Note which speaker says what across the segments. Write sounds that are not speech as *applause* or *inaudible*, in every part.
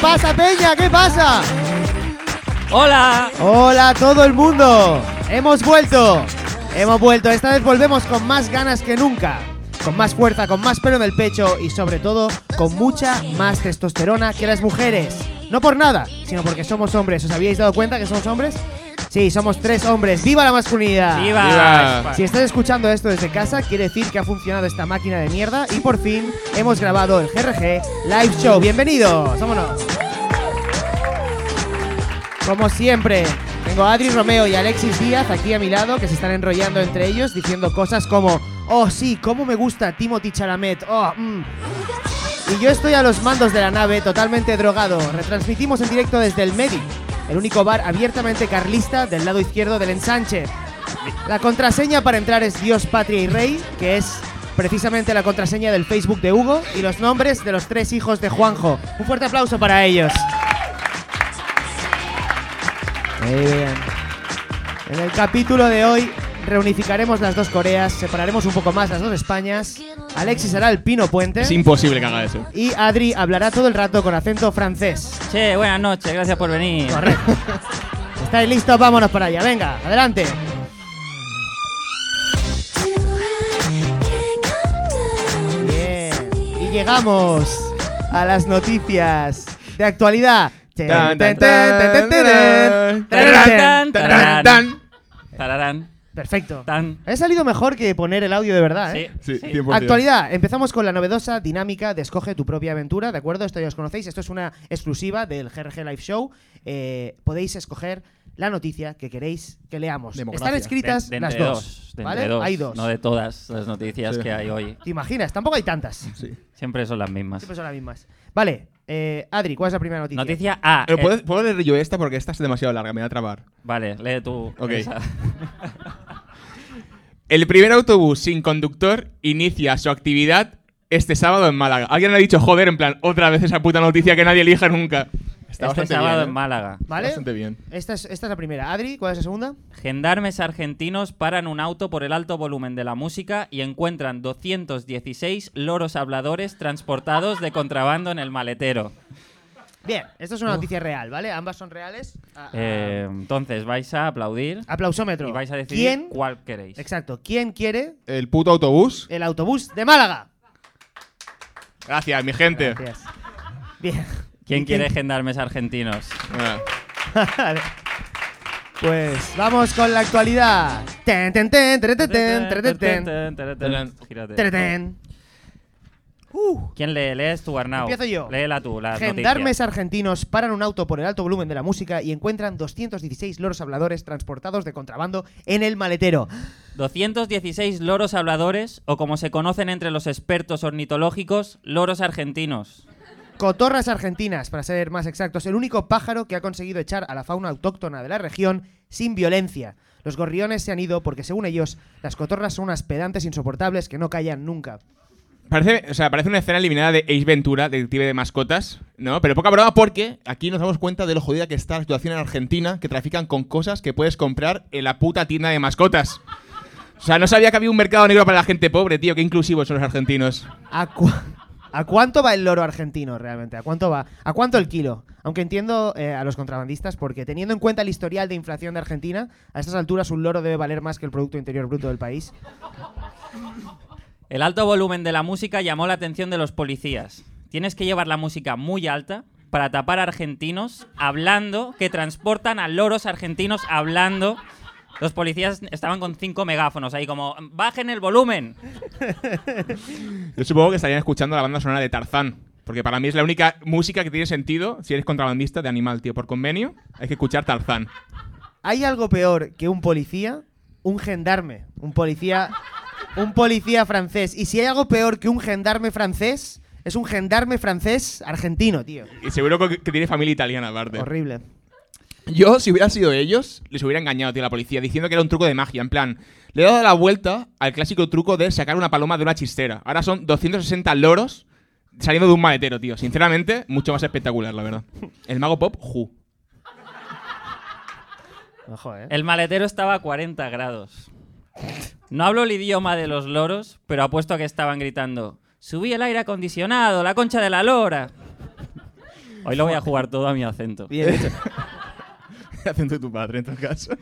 Speaker 1: pasa, Peña? ¿Qué pasa?
Speaker 2: ¡Hola!
Speaker 1: Hola a todo el mundo. Hemos vuelto. Hemos vuelto. Esta vez volvemos con más ganas que nunca. Con más fuerza, con más pelo en el pecho y sobre todo con mucha más testosterona que las mujeres. No por nada, sino porque somos hombres. ¿Os habíais dado cuenta que somos hombres? Sí, somos tres hombres. ¡Viva la masculinidad!
Speaker 2: ¡Viva!
Speaker 3: Viva.
Speaker 1: Si estás escuchando esto desde casa, quiere decir que ha funcionado esta máquina de mierda y por fin hemos grabado el GRG Live Show. ¡Bienvenidos! ¡Vámonos! Como siempre, tengo a Adri Romeo y Alexis Díaz aquí a mi lado que se están enrollando entre ellos diciendo cosas como Oh, sí, cómo me gusta Timothy Chalamet. Oh, mm". Y yo estoy a los mandos de la nave totalmente drogado. Retransmitimos en directo desde el Medi, el único bar abiertamente carlista del lado izquierdo del ensanche. La contraseña para entrar es Dios, Patria y Rey, que es precisamente la contraseña del Facebook de Hugo y los nombres de los tres hijos de Juanjo. Un fuerte aplauso para ellos. Muy bien. En el capítulo de hoy reunificaremos las dos Coreas, separaremos un poco más las dos Españas. Alexis hará el Pino Puente
Speaker 3: Es imposible que haga eso.
Speaker 1: y Adri hablará todo el rato con acento francés.
Speaker 2: Che, buenas noches, gracias por venir.
Speaker 1: Correcto. ¿Estáis listos? Vámonos para allá. Venga, adelante. Bien. Y llegamos a las noticias de actualidad.
Speaker 3: Tan, tan, tan, tan, tan, tan, tan, tan.
Speaker 2: Tararán,
Speaker 1: Perfecto.
Speaker 2: tan.
Speaker 1: He salido mejor que poner el audio de verdad,
Speaker 2: Sí,
Speaker 1: ¿eh?
Speaker 3: Sí,
Speaker 2: sí.
Speaker 3: 100%.
Speaker 1: Actualidad, empezamos con la novedosa dinámica de Escoge tu propia aventura, ¿de acuerdo? Esto ya os conocéis, esto es una exclusiva del GRG Live Show. Eh, podéis escoger la noticia que queréis que leamos.
Speaker 3: Democracia.
Speaker 1: Están escritas
Speaker 2: De- de
Speaker 1: las
Speaker 2: entre
Speaker 1: dos,
Speaker 2: de
Speaker 1: ¿vale?
Speaker 2: entre dos,
Speaker 1: Hay dos.
Speaker 2: No de todas las noticias
Speaker 3: Sí.
Speaker 2: que hay hoy.
Speaker 1: ¿Te imaginas? Tampoco hay tantas.
Speaker 3: Sí.
Speaker 2: Siempre son las mismas.
Speaker 1: Siempre pues son las mismas. Vale, eh, Adri, ¿cuál es la primera noticia?
Speaker 2: Noticia A.
Speaker 3: Pero
Speaker 2: eh,
Speaker 3: ¿puedo, puedo leer yo esta porque esta es demasiado larga, me va a trabar.
Speaker 2: Vale, lee tú.
Speaker 3: Ok.
Speaker 2: esa.
Speaker 3: El primer autobús sin conductor inicia su actividad este sábado en Málaga. Alguien le ha dicho, joder, en plan, otra vez esa puta noticia que nadie elija nunca.
Speaker 2: Este
Speaker 3: Está bastante
Speaker 2: sábado
Speaker 3: bien,
Speaker 2: en
Speaker 3: ¿eh?
Speaker 2: Málaga.
Speaker 1: ¿Vale?
Speaker 3: Bastante bien.
Speaker 1: Esta es, esta es la primera. Adri, ¿cuál es la segunda?
Speaker 2: Gendarmes argentinos paran un auto por el alto volumen de la música y encuentran 216 loros habladores transportados de contrabando en el maletero.
Speaker 1: Bien, esto es una noticia real, ¿vale? Ambas son reales. Ah, ah,
Speaker 2: Eh, entonces vais a aplaudir
Speaker 1: Aplausómetro.
Speaker 2: y vais a decidir
Speaker 1: ¿Quién?
Speaker 2: cuál queréis.
Speaker 1: Exacto, ¿quién quiere
Speaker 3: El puto autobús.
Speaker 1: el autobús de Málaga?
Speaker 3: Gracias, mi gente.
Speaker 1: Gracias. Bien.
Speaker 2: ¿Quién quiere gendarmes argentinos?
Speaker 3: Ah.
Speaker 1: *laughs* Vale. pues vamos con la actualidad. Ten, ten, ten, tere, ten, *laughs* ten, tere, ten, tere,
Speaker 2: Gírate.
Speaker 1: ten, ten. Uh.
Speaker 2: ¿Quién lee? ¿Lees tú, Arnau?
Speaker 1: Empiezo yo.
Speaker 2: Léela tú, la
Speaker 1: Gendarmes
Speaker 2: noticia.
Speaker 1: argentinos paran un auto por el alto volumen de la música y encuentran 216 loros habladores transportados de contrabando en el maletero.
Speaker 2: 216 loros habladores, o como se conocen entre los expertos ornitológicos, loros argentinos.
Speaker 1: Cotorras argentinas, para ser más exactos, el único pájaro que ha conseguido echar a la fauna autóctona de la región sin violencia. Los gorriones se han ido porque, según ellos, las cotorras son unas pedantes insoportables que no callan nunca.
Speaker 3: Parece, o sea, parece una escena eliminada de Ace Ventura, detective de mascotas, ¿no? Pero poca broma porque aquí nos damos cuenta de lo jodida que está la situación en Argentina, que trafican con cosas que puedes comprar en la puta tienda de mascotas. O sea, no sabía que había un mercado negro para la gente pobre, tío. Qué inclusivos son los argentinos.
Speaker 1: ¿A, cu- a cuánto va el loro argentino realmente? ¿A cuánto va? ¿A cuánto el kilo? Aunque entiendo eh, a los contrabandistas, porque teniendo en cuenta el historial de inflación de Argentina, a estas alturas un loro debe valer más que el Producto Interior Bruto del país.
Speaker 2: El alto volumen de la música llamó la atención de los policías. Tienes que llevar la música muy alta para tapar a argentinos hablando que transportan a loros argentinos hablando. Los policías estaban con cinco megáfonos ahí como bajen el volumen.
Speaker 3: Yo supongo que estarían escuchando la banda sonora de Tarzán. Porque para mí es la única música que tiene sentido si eres contrabandista de animal, tío. Por convenio, hay que escuchar Tarzán.
Speaker 1: ¿Hay algo peor que un policía? Un gendarme. Un policía. Un policía francés. Y si hay algo peor que un gendarme francés, es un gendarme francés argentino, tío.
Speaker 3: Y seguro que que tiene familia italiana, aparte.
Speaker 1: Horrible.
Speaker 3: Yo, si hubieran sido ellos, les hubiera engañado, tío, la policía, diciendo que era un truco de magia. En plan, le he dado la vuelta al clásico truco de sacar una paloma de una chistera. Ahora son 260 loros saliendo de un maletero, tío. Sinceramente, mucho más espectacular, la verdad. El mago pop, *laughs* ju.
Speaker 1: Ojo, ¿eh?
Speaker 2: El maletero estaba a 40 grados. No hablo el idioma de los loros, pero apuesto a que estaban gritando. Subí el aire acondicionado, la concha de la lora. Hoy lo voy a jugar todo a mi acento.
Speaker 1: Bien hecho.
Speaker 3: El acento de tu padre, en todo caso.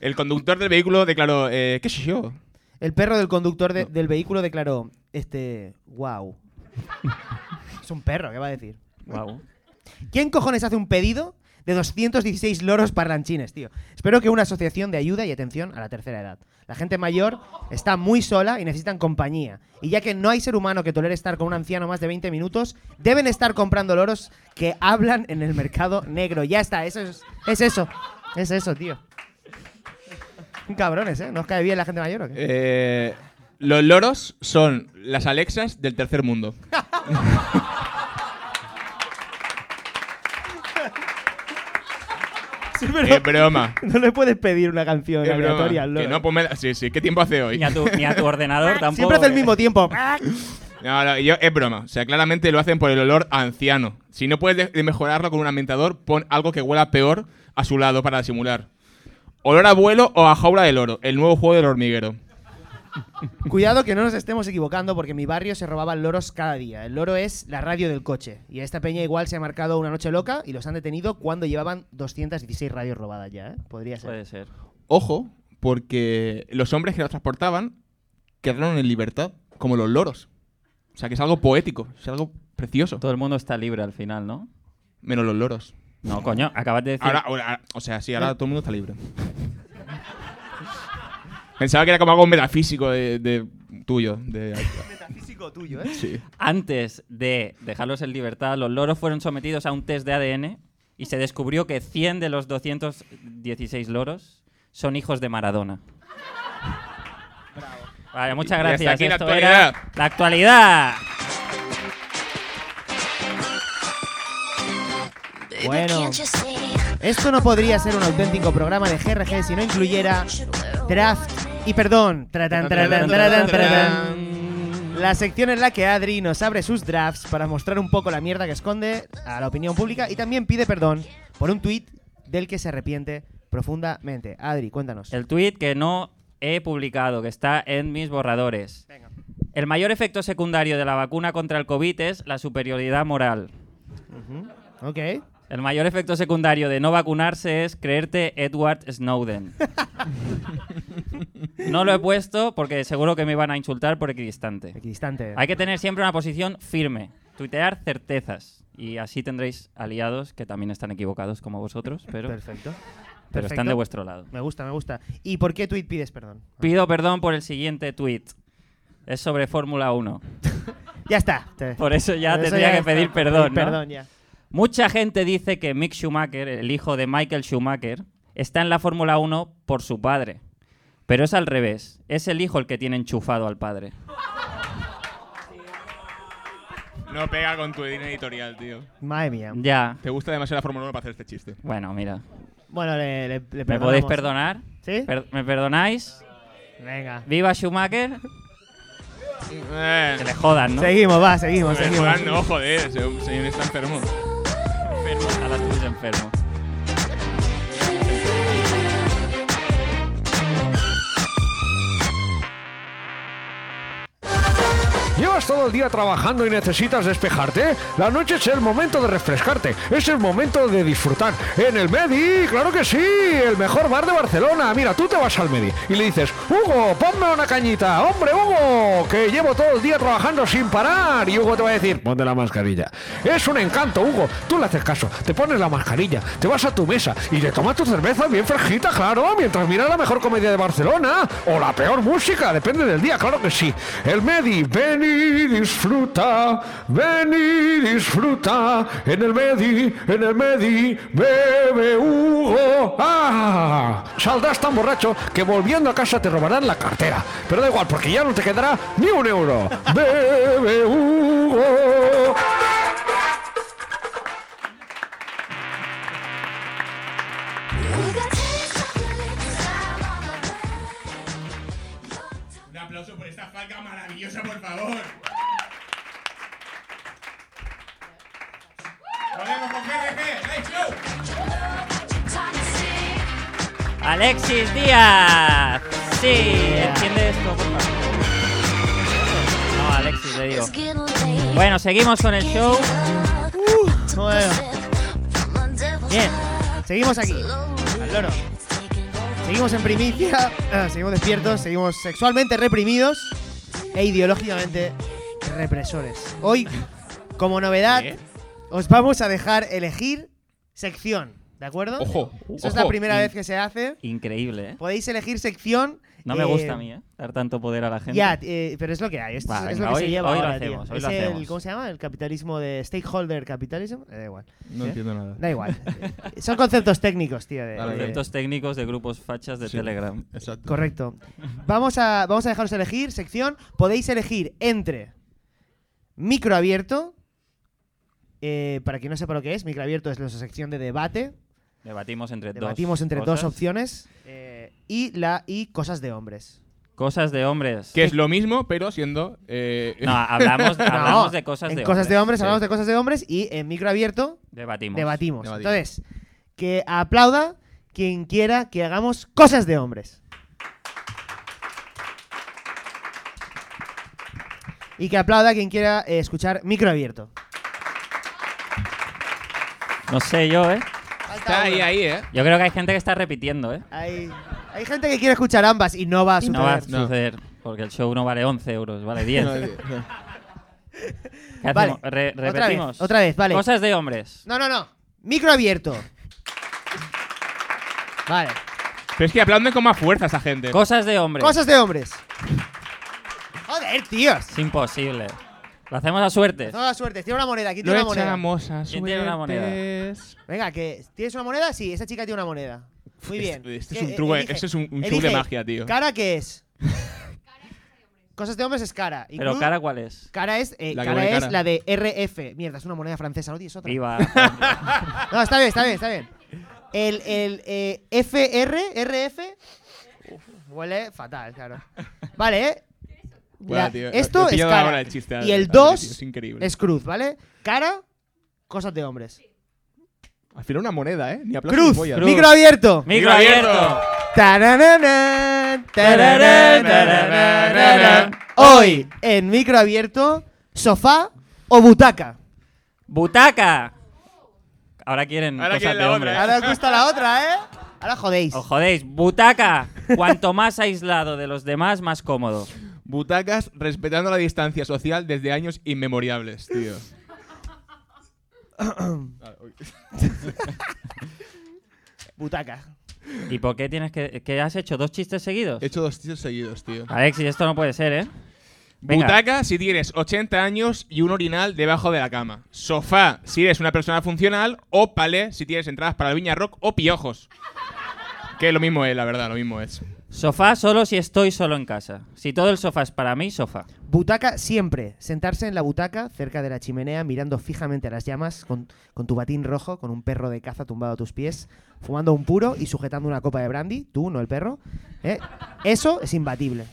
Speaker 3: El conductor del vehículo declaró, eh, ¿qué sé yo?
Speaker 1: El perro del conductor de- del vehículo declaró, este, wow. *laughs* es un perro, ¿qué va a decir?
Speaker 2: Guau.
Speaker 1: ¿Quién cojones hace un pedido de 216 loros parlanchines, tío? Espero que una asociación de ayuda y atención a la tercera edad. La gente mayor está muy sola y necesitan compañía. Y ya que no hay ser humano que tolere estar con un anciano más de 20 minutos, deben estar comprando loros que hablan en el mercado negro. Ya está, eso es, es eso. Es eso, tío. Cabrones, ¿eh? ¿Nos cae bien la gente mayor o qué?
Speaker 3: Eh, los loros son las Alexas del tercer *laughs* mundo.
Speaker 1: Sí,
Speaker 3: Qué
Speaker 1: pero
Speaker 3: broma.
Speaker 1: *laughs* no le puedes pedir una canción
Speaker 3: Qué
Speaker 1: aleatoria
Speaker 3: broma.
Speaker 1: al
Speaker 3: Que
Speaker 1: loro.
Speaker 3: no ponme- Sí, sí. ¿Qué tiempo hace hoy?
Speaker 2: Ni a tu, ni a tu ordenador tampoco. eh.
Speaker 1: Siempre hace el
Speaker 2: que-
Speaker 3: eh.
Speaker 1: mismo
Speaker 3: *laughs*
Speaker 1: tiempo. Ah.
Speaker 3: No, no, yo, es broma. O sea, claramente lo hacen por el olor a anciano. Si no puedes de- mejorarlo con un ambientador, pon algo que huela peor a su lado para simular. Olor a vuelo o a jaula del oro, el nuevo juego del hormiguero.
Speaker 1: Cuidado que no nos estemos equivocando porque en mi barrio se robaban loros cada día. El loro es la radio del coche. Y a esta peña igual se ha marcado una noche loca y los han detenido cuando llevaban 216 radios robadas ya, ¿eh? Podría ser.
Speaker 2: Puede ser.
Speaker 3: Ojo, porque los hombres que los transportaban quedaron en libertad, como los loros. O sea, que es algo poético, es algo precioso.
Speaker 2: Todo el mundo está libre al final, ¿no?
Speaker 3: Menos los loros.
Speaker 2: No, coño, acabas de decir.
Speaker 3: Ahora, ahora- o sea, sí, ahora todo el mundo está libre. *laughs* Pensaba que era como algo metafísico de, de- tuyo. De,
Speaker 1: Metafísico tuyo, ¿eh?
Speaker 3: sí.
Speaker 2: Antes de dejarlos en libertad, los loros fueron sometidos a un test de ADN y se descubrió que 100 de los 216 loros son hijos de Maradona. Vale, muchas
Speaker 3: Y hasta
Speaker 2: gracias.
Speaker 3: aquí la
Speaker 2: Esto era
Speaker 3: actualidad.
Speaker 2: la actualidad.
Speaker 1: Bueno, esto no podría ser un auténtico programa de GRG si no incluyera draft y perdón. tratán, tratán, tratán, tratán. La sección en la que Adri nos abre sus drafts para mostrar un poco la mierda que esconde a la opinión pública y también pide perdón por un tuit del que se arrepiente profundamente. Adri, cuéntanos.
Speaker 2: El tweet que no he publicado, que está en mis borradores.
Speaker 1: Venga.
Speaker 2: El mayor efecto secundario de la vacuna contra el COVID es la superioridad moral.
Speaker 1: Ok.
Speaker 2: El mayor efecto secundario de no vacunarse es creerte Edward Snowden. No lo he puesto porque seguro que me iban a insultar por equidistante.
Speaker 1: Equidistante.
Speaker 2: Hay que tener siempre una posición firme, tuitear certezas. Y así tendréis aliados que también están equivocados como vosotros, pero,
Speaker 1: Perfecto.
Speaker 2: pero
Speaker 1: perfecto.
Speaker 2: están de vuestro lado.
Speaker 1: Me gusta, me gusta. ¿Y por qué tweet pides perdón?
Speaker 2: Pido perdón por el siguiente tweet. Es sobre Fórmula 1.
Speaker 1: Ya está. Te-
Speaker 2: Por eso ya
Speaker 1: por eso
Speaker 2: tendría que
Speaker 1: está.
Speaker 2: pedir perdón. ¿no?
Speaker 1: Perdón, ya.
Speaker 2: Mucha gente dice que Mick Schumacher, el hijo de Michael Schumacher, está en la Fórmula 1 por su padre. Pero es al revés. Es el hijo el que tiene enchufado al padre.
Speaker 3: No pega con tu línea editorial, tío.
Speaker 1: Madre mía.
Speaker 2: Ya.
Speaker 3: Te gusta demasiado la Fórmula 1 para hacer este chiste.
Speaker 2: Bueno, mira.
Speaker 1: Bueno, le, le- le
Speaker 2: ¿Me
Speaker 1: perdonamos.
Speaker 2: podéis perdonar?
Speaker 1: ¿Sí?
Speaker 2: Per- ¿Me perdonáis?
Speaker 1: Venga.
Speaker 2: ¿Viva Schumacher?
Speaker 3: Eh,
Speaker 2: Que le jodan, ¿no?
Speaker 1: Seguimos, va, seguimos,
Speaker 3: me
Speaker 1: seguimos.
Speaker 3: jodan, no, joder, ese señor está enfermo.
Speaker 2: Enfermo, ojalá estuviese enfermo.
Speaker 4: ¿Llevas todo el día trabajando y necesitas despejarte? La noche es el momento de refrescarte, es el momento de disfrutar. En el Medi, claro que sí, el mejor bar de Barcelona. Mira, tú te vas al Medi y le dices, Hugo, ponme una cañita, hombre Hugo, que llevo todo el día trabajando sin parar. Y Hugo te va a decir, ponte la mascarilla. Es un encanto, Hugo. Tú le haces caso, te pones la mascarilla, te vas a tu mesa y te tomas tu cerveza bien fresquita, claro, mientras miras la mejor comedia de Barcelona o la peor música, depende del día, claro que sí. El Medi, ven y disfruta, ven y disfruta, en el Medi, en el Medi, bebe Hugo. ¡Ah! Saldrás tan borracho que volviendo a casa te robarán la cartera, pero da igual porque ya no te quedará ni un euro. Bebe Hugo.
Speaker 3: Un aplauso por esta falca maravillosa, por favor. ¡Podemos con
Speaker 2: Alexis Díaz. Sí, entiende esto, por favor. No, Alexis, le digo. Bueno, seguimos con el show.
Speaker 1: Bueno, bien,
Speaker 5: Bien.
Speaker 1: seguimos aquí. Al loro. Seguimos en primicia, ah, seguimos despiertos, seguimos sexualmente reprimidos e ideológicamente represores. Hoy, como novedad,
Speaker 3: ¿Eh?
Speaker 1: os vamos a dejar elegir sección, ¿de acuerdo?
Speaker 3: Ojo.
Speaker 1: Eso es la
Speaker 3: ojo.
Speaker 1: primera
Speaker 2: Y-
Speaker 1: vez que se hace.
Speaker 2: Increíble, ¿eh?
Speaker 1: Podéis elegir sección.
Speaker 2: No me
Speaker 1: Pues, eh,
Speaker 2: gusta a mí, ¿eh? Dar tanto poder a la gente.
Speaker 1: Ya, eh, pero es lo que hay, esto
Speaker 2: Va,
Speaker 1: es- es
Speaker 2: venga,
Speaker 1: lo que
Speaker 2: hoy-
Speaker 1: se lleva
Speaker 2: hoy lo
Speaker 1: ahora, tío.
Speaker 2: hacemos, hoy
Speaker 1: Es
Speaker 2: lo
Speaker 1: el-
Speaker 2: hacemos.
Speaker 1: ¿Cómo se llama? El capitalismo de stakeholder capitalism, eh, da igual.
Speaker 3: No entiendo nada.
Speaker 1: Da igual. Son conceptos técnicos, tío. de-
Speaker 3: Vale,
Speaker 1: de-
Speaker 2: Conceptos técnicos de grupos fachas de
Speaker 3: Sí,
Speaker 2: Telegram.
Speaker 3: Exacto.
Speaker 1: Correcto. Vamos a, vamos a dejaros elegir sección. Podéis elegir entre micro abierto. eh, para quien no sepa lo que es, micro abierto es la sección de debate.
Speaker 2: Debatimos entre dos.
Speaker 1: Debatimos entre
Speaker 2: cosas.
Speaker 1: dos opciones. eh, y, la, y cosas de hombres.
Speaker 2: Cosas de hombres.
Speaker 3: Que es lo mismo, pero siendo. eh,
Speaker 2: No,
Speaker 1: *laughs*
Speaker 2: hablamos, hablamos
Speaker 1: No,
Speaker 2: de cosas
Speaker 1: en
Speaker 2: de
Speaker 1: cosas
Speaker 2: hombres.
Speaker 1: de hombres,
Speaker 2: Sí.
Speaker 1: hablamos de cosas de hombres y en micro abierto
Speaker 2: Debatimos.
Speaker 1: debatimos.
Speaker 3: Debatimos.
Speaker 1: Entonces, que aplauda quien quiera que hagamos cosas de hombres. Y que aplauda quien quiera eh, escuchar micro abierto.
Speaker 2: No sé yo, ¿eh?
Speaker 3: está ahí, ahí, ¿eh?
Speaker 2: Yo creo que hay gente que está repitiendo, ¿eh?
Speaker 1: Hay, hay gente que quiere escuchar ambas y no va a suceder.
Speaker 2: No va a
Speaker 3: No.
Speaker 2: suceder. Porque el show no vale 11 euros, vale 10.
Speaker 3: No, eh, no.
Speaker 2: ¿Qué
Speaker 1: Vale.
Speaker 2: hacemos? Re-
Speaker 1: otra
Speaker 2: repetimos.
Speaker 1: vez, otra vez, vale.
Speaker 2: Cosas de hombres.
Speaker 1: No, no, no. Micro abierto. Vale.
Speaker 3: Pero es que aplauden con más fuerza esa gente.
Speaker 2: Cosas de hombres.
Speaker 1: Cosas de hombres. Joder, tíos.
Speaker 2: Es imposible. Lo hacemos a suerte.
Speaker 1: Toda la suerte. Tiene una moneda, aquí
Speaker 3: Lo
Speaker 1: tiene una moneda.
Speaker 3: echamos a
Speaker 2: ¿Quién tiene una moneda?
Speaker 3: suertes.
Speaker 1: Venga, que ¿tienes una moneda? Sí, esa chica tiene una moneda. Muy bien.
Speaker 3: Este, este
Speaker 1: Que,
Speaker 3: es un
Speaker 1: eh,
Speaker 3: truco, eh,
Speaker 1: elige,
Speaker 3: este es un, un show
Speaker 1: elige.
Speaker 3: de magia, tío.
Speaker 1: ¿Cara qué
Speaker 2: *laughs*
Speaker 1: es? Cosas de hombres es cara. Y
Speaker 2: Pero
Speaker 1: cruz,
Speaker 2: cara, ¿cuál es?
Speaker 1: cara es, eh,
Speaker 3: La que
Speaker 1: cara
Speaker 3: pone
Speaker 1: es
Speaker 3: cara.
Speaker 1: la de RF. Mierda, es una moneda francesa, no tienes otra.
Speaker 2: Viva.
Speaker 1: *laughs* No, está bien, está bien, está bien. El, el eh, FR, RF. Huele fatal, claro. Vale,
Speaker 3: *laughs*
Speaker 1: ¿eh?
Speaker 3: Buena,
Speaker 1: La-
Speaker 3: tío. Lo
Speaker 1: esto
Speaker 3: he
Speaker 1: es
Speaker 3: pillado ahora
Speaker 1: cara.
Speaker 3: el chiste,
Speaker 1: y
Speaker 3: ahora,
Speaker 1: el
Speaker 3: tío,
Speaker 1: 2
Speaker 3: es increíble.
Speaker 1: es cruz, ¿vale? Cara, cosas de hombres.
Speaker 3: Al final una moneda, ¿eh? Ni aplausos
Speaker 1: Cruz,
Speaker 3: ni pollas.
Speaker 1: micro abierto.
Speaker 2: Micro abierto.
Speaker 1: Tararana, tararana, tararana. Hoy, en micro abierto, sofá o butaca.
Speaker 2: Butaca. Ahora quieren
Speaker 3: Ahora
Speaker 2: cosas
Speaker 3: quieren
Speaker 2: de
Speaker 3: la
Speaker 2: hombres.
Speaker 3: otra,
Speaker 1: Ahora os gusta la otra, ¿eh? Ahora jodéis.
Speaker 2: Os jodéis. Butaca. Cuanto más aislado de los demás, más cómodo.
Speaker 3: Butacas respetando la distancia social desde años inmemoriales, tío.
Speaker 1: Butaca.
Speaker 2: ¿Y por qué tienes que... que has hecho dos chistes seguidos?
Speaker 3: He hecho dos chistes seguidos, tío.
Speaker 2: Alexis, esto no puede ser, ¿eh? Venga.
Speaker 3: Butaca si tienes 80 años y un orinal debajo de la cama. Sofá si eres una persona funcional. O palé si tienes entradas para el Viña Rock o piojos. Que lo mismo es, la verdad, lo mismo es.
Speaker 2: Sofá solo si estoy solo en casa. Si todo el sofá es para mí, sofá.
Speaker 1: Butaca siempre. Sentarse en la butaca, cerca de la chimenea, mirando fijamente a las llamas, con, con tu batín rojo, con un perro de caza tumbado a tus pies, fumando un puro y sujetando una copa de brandy, tú, no el perro. ¿eh? Eso es imbatible.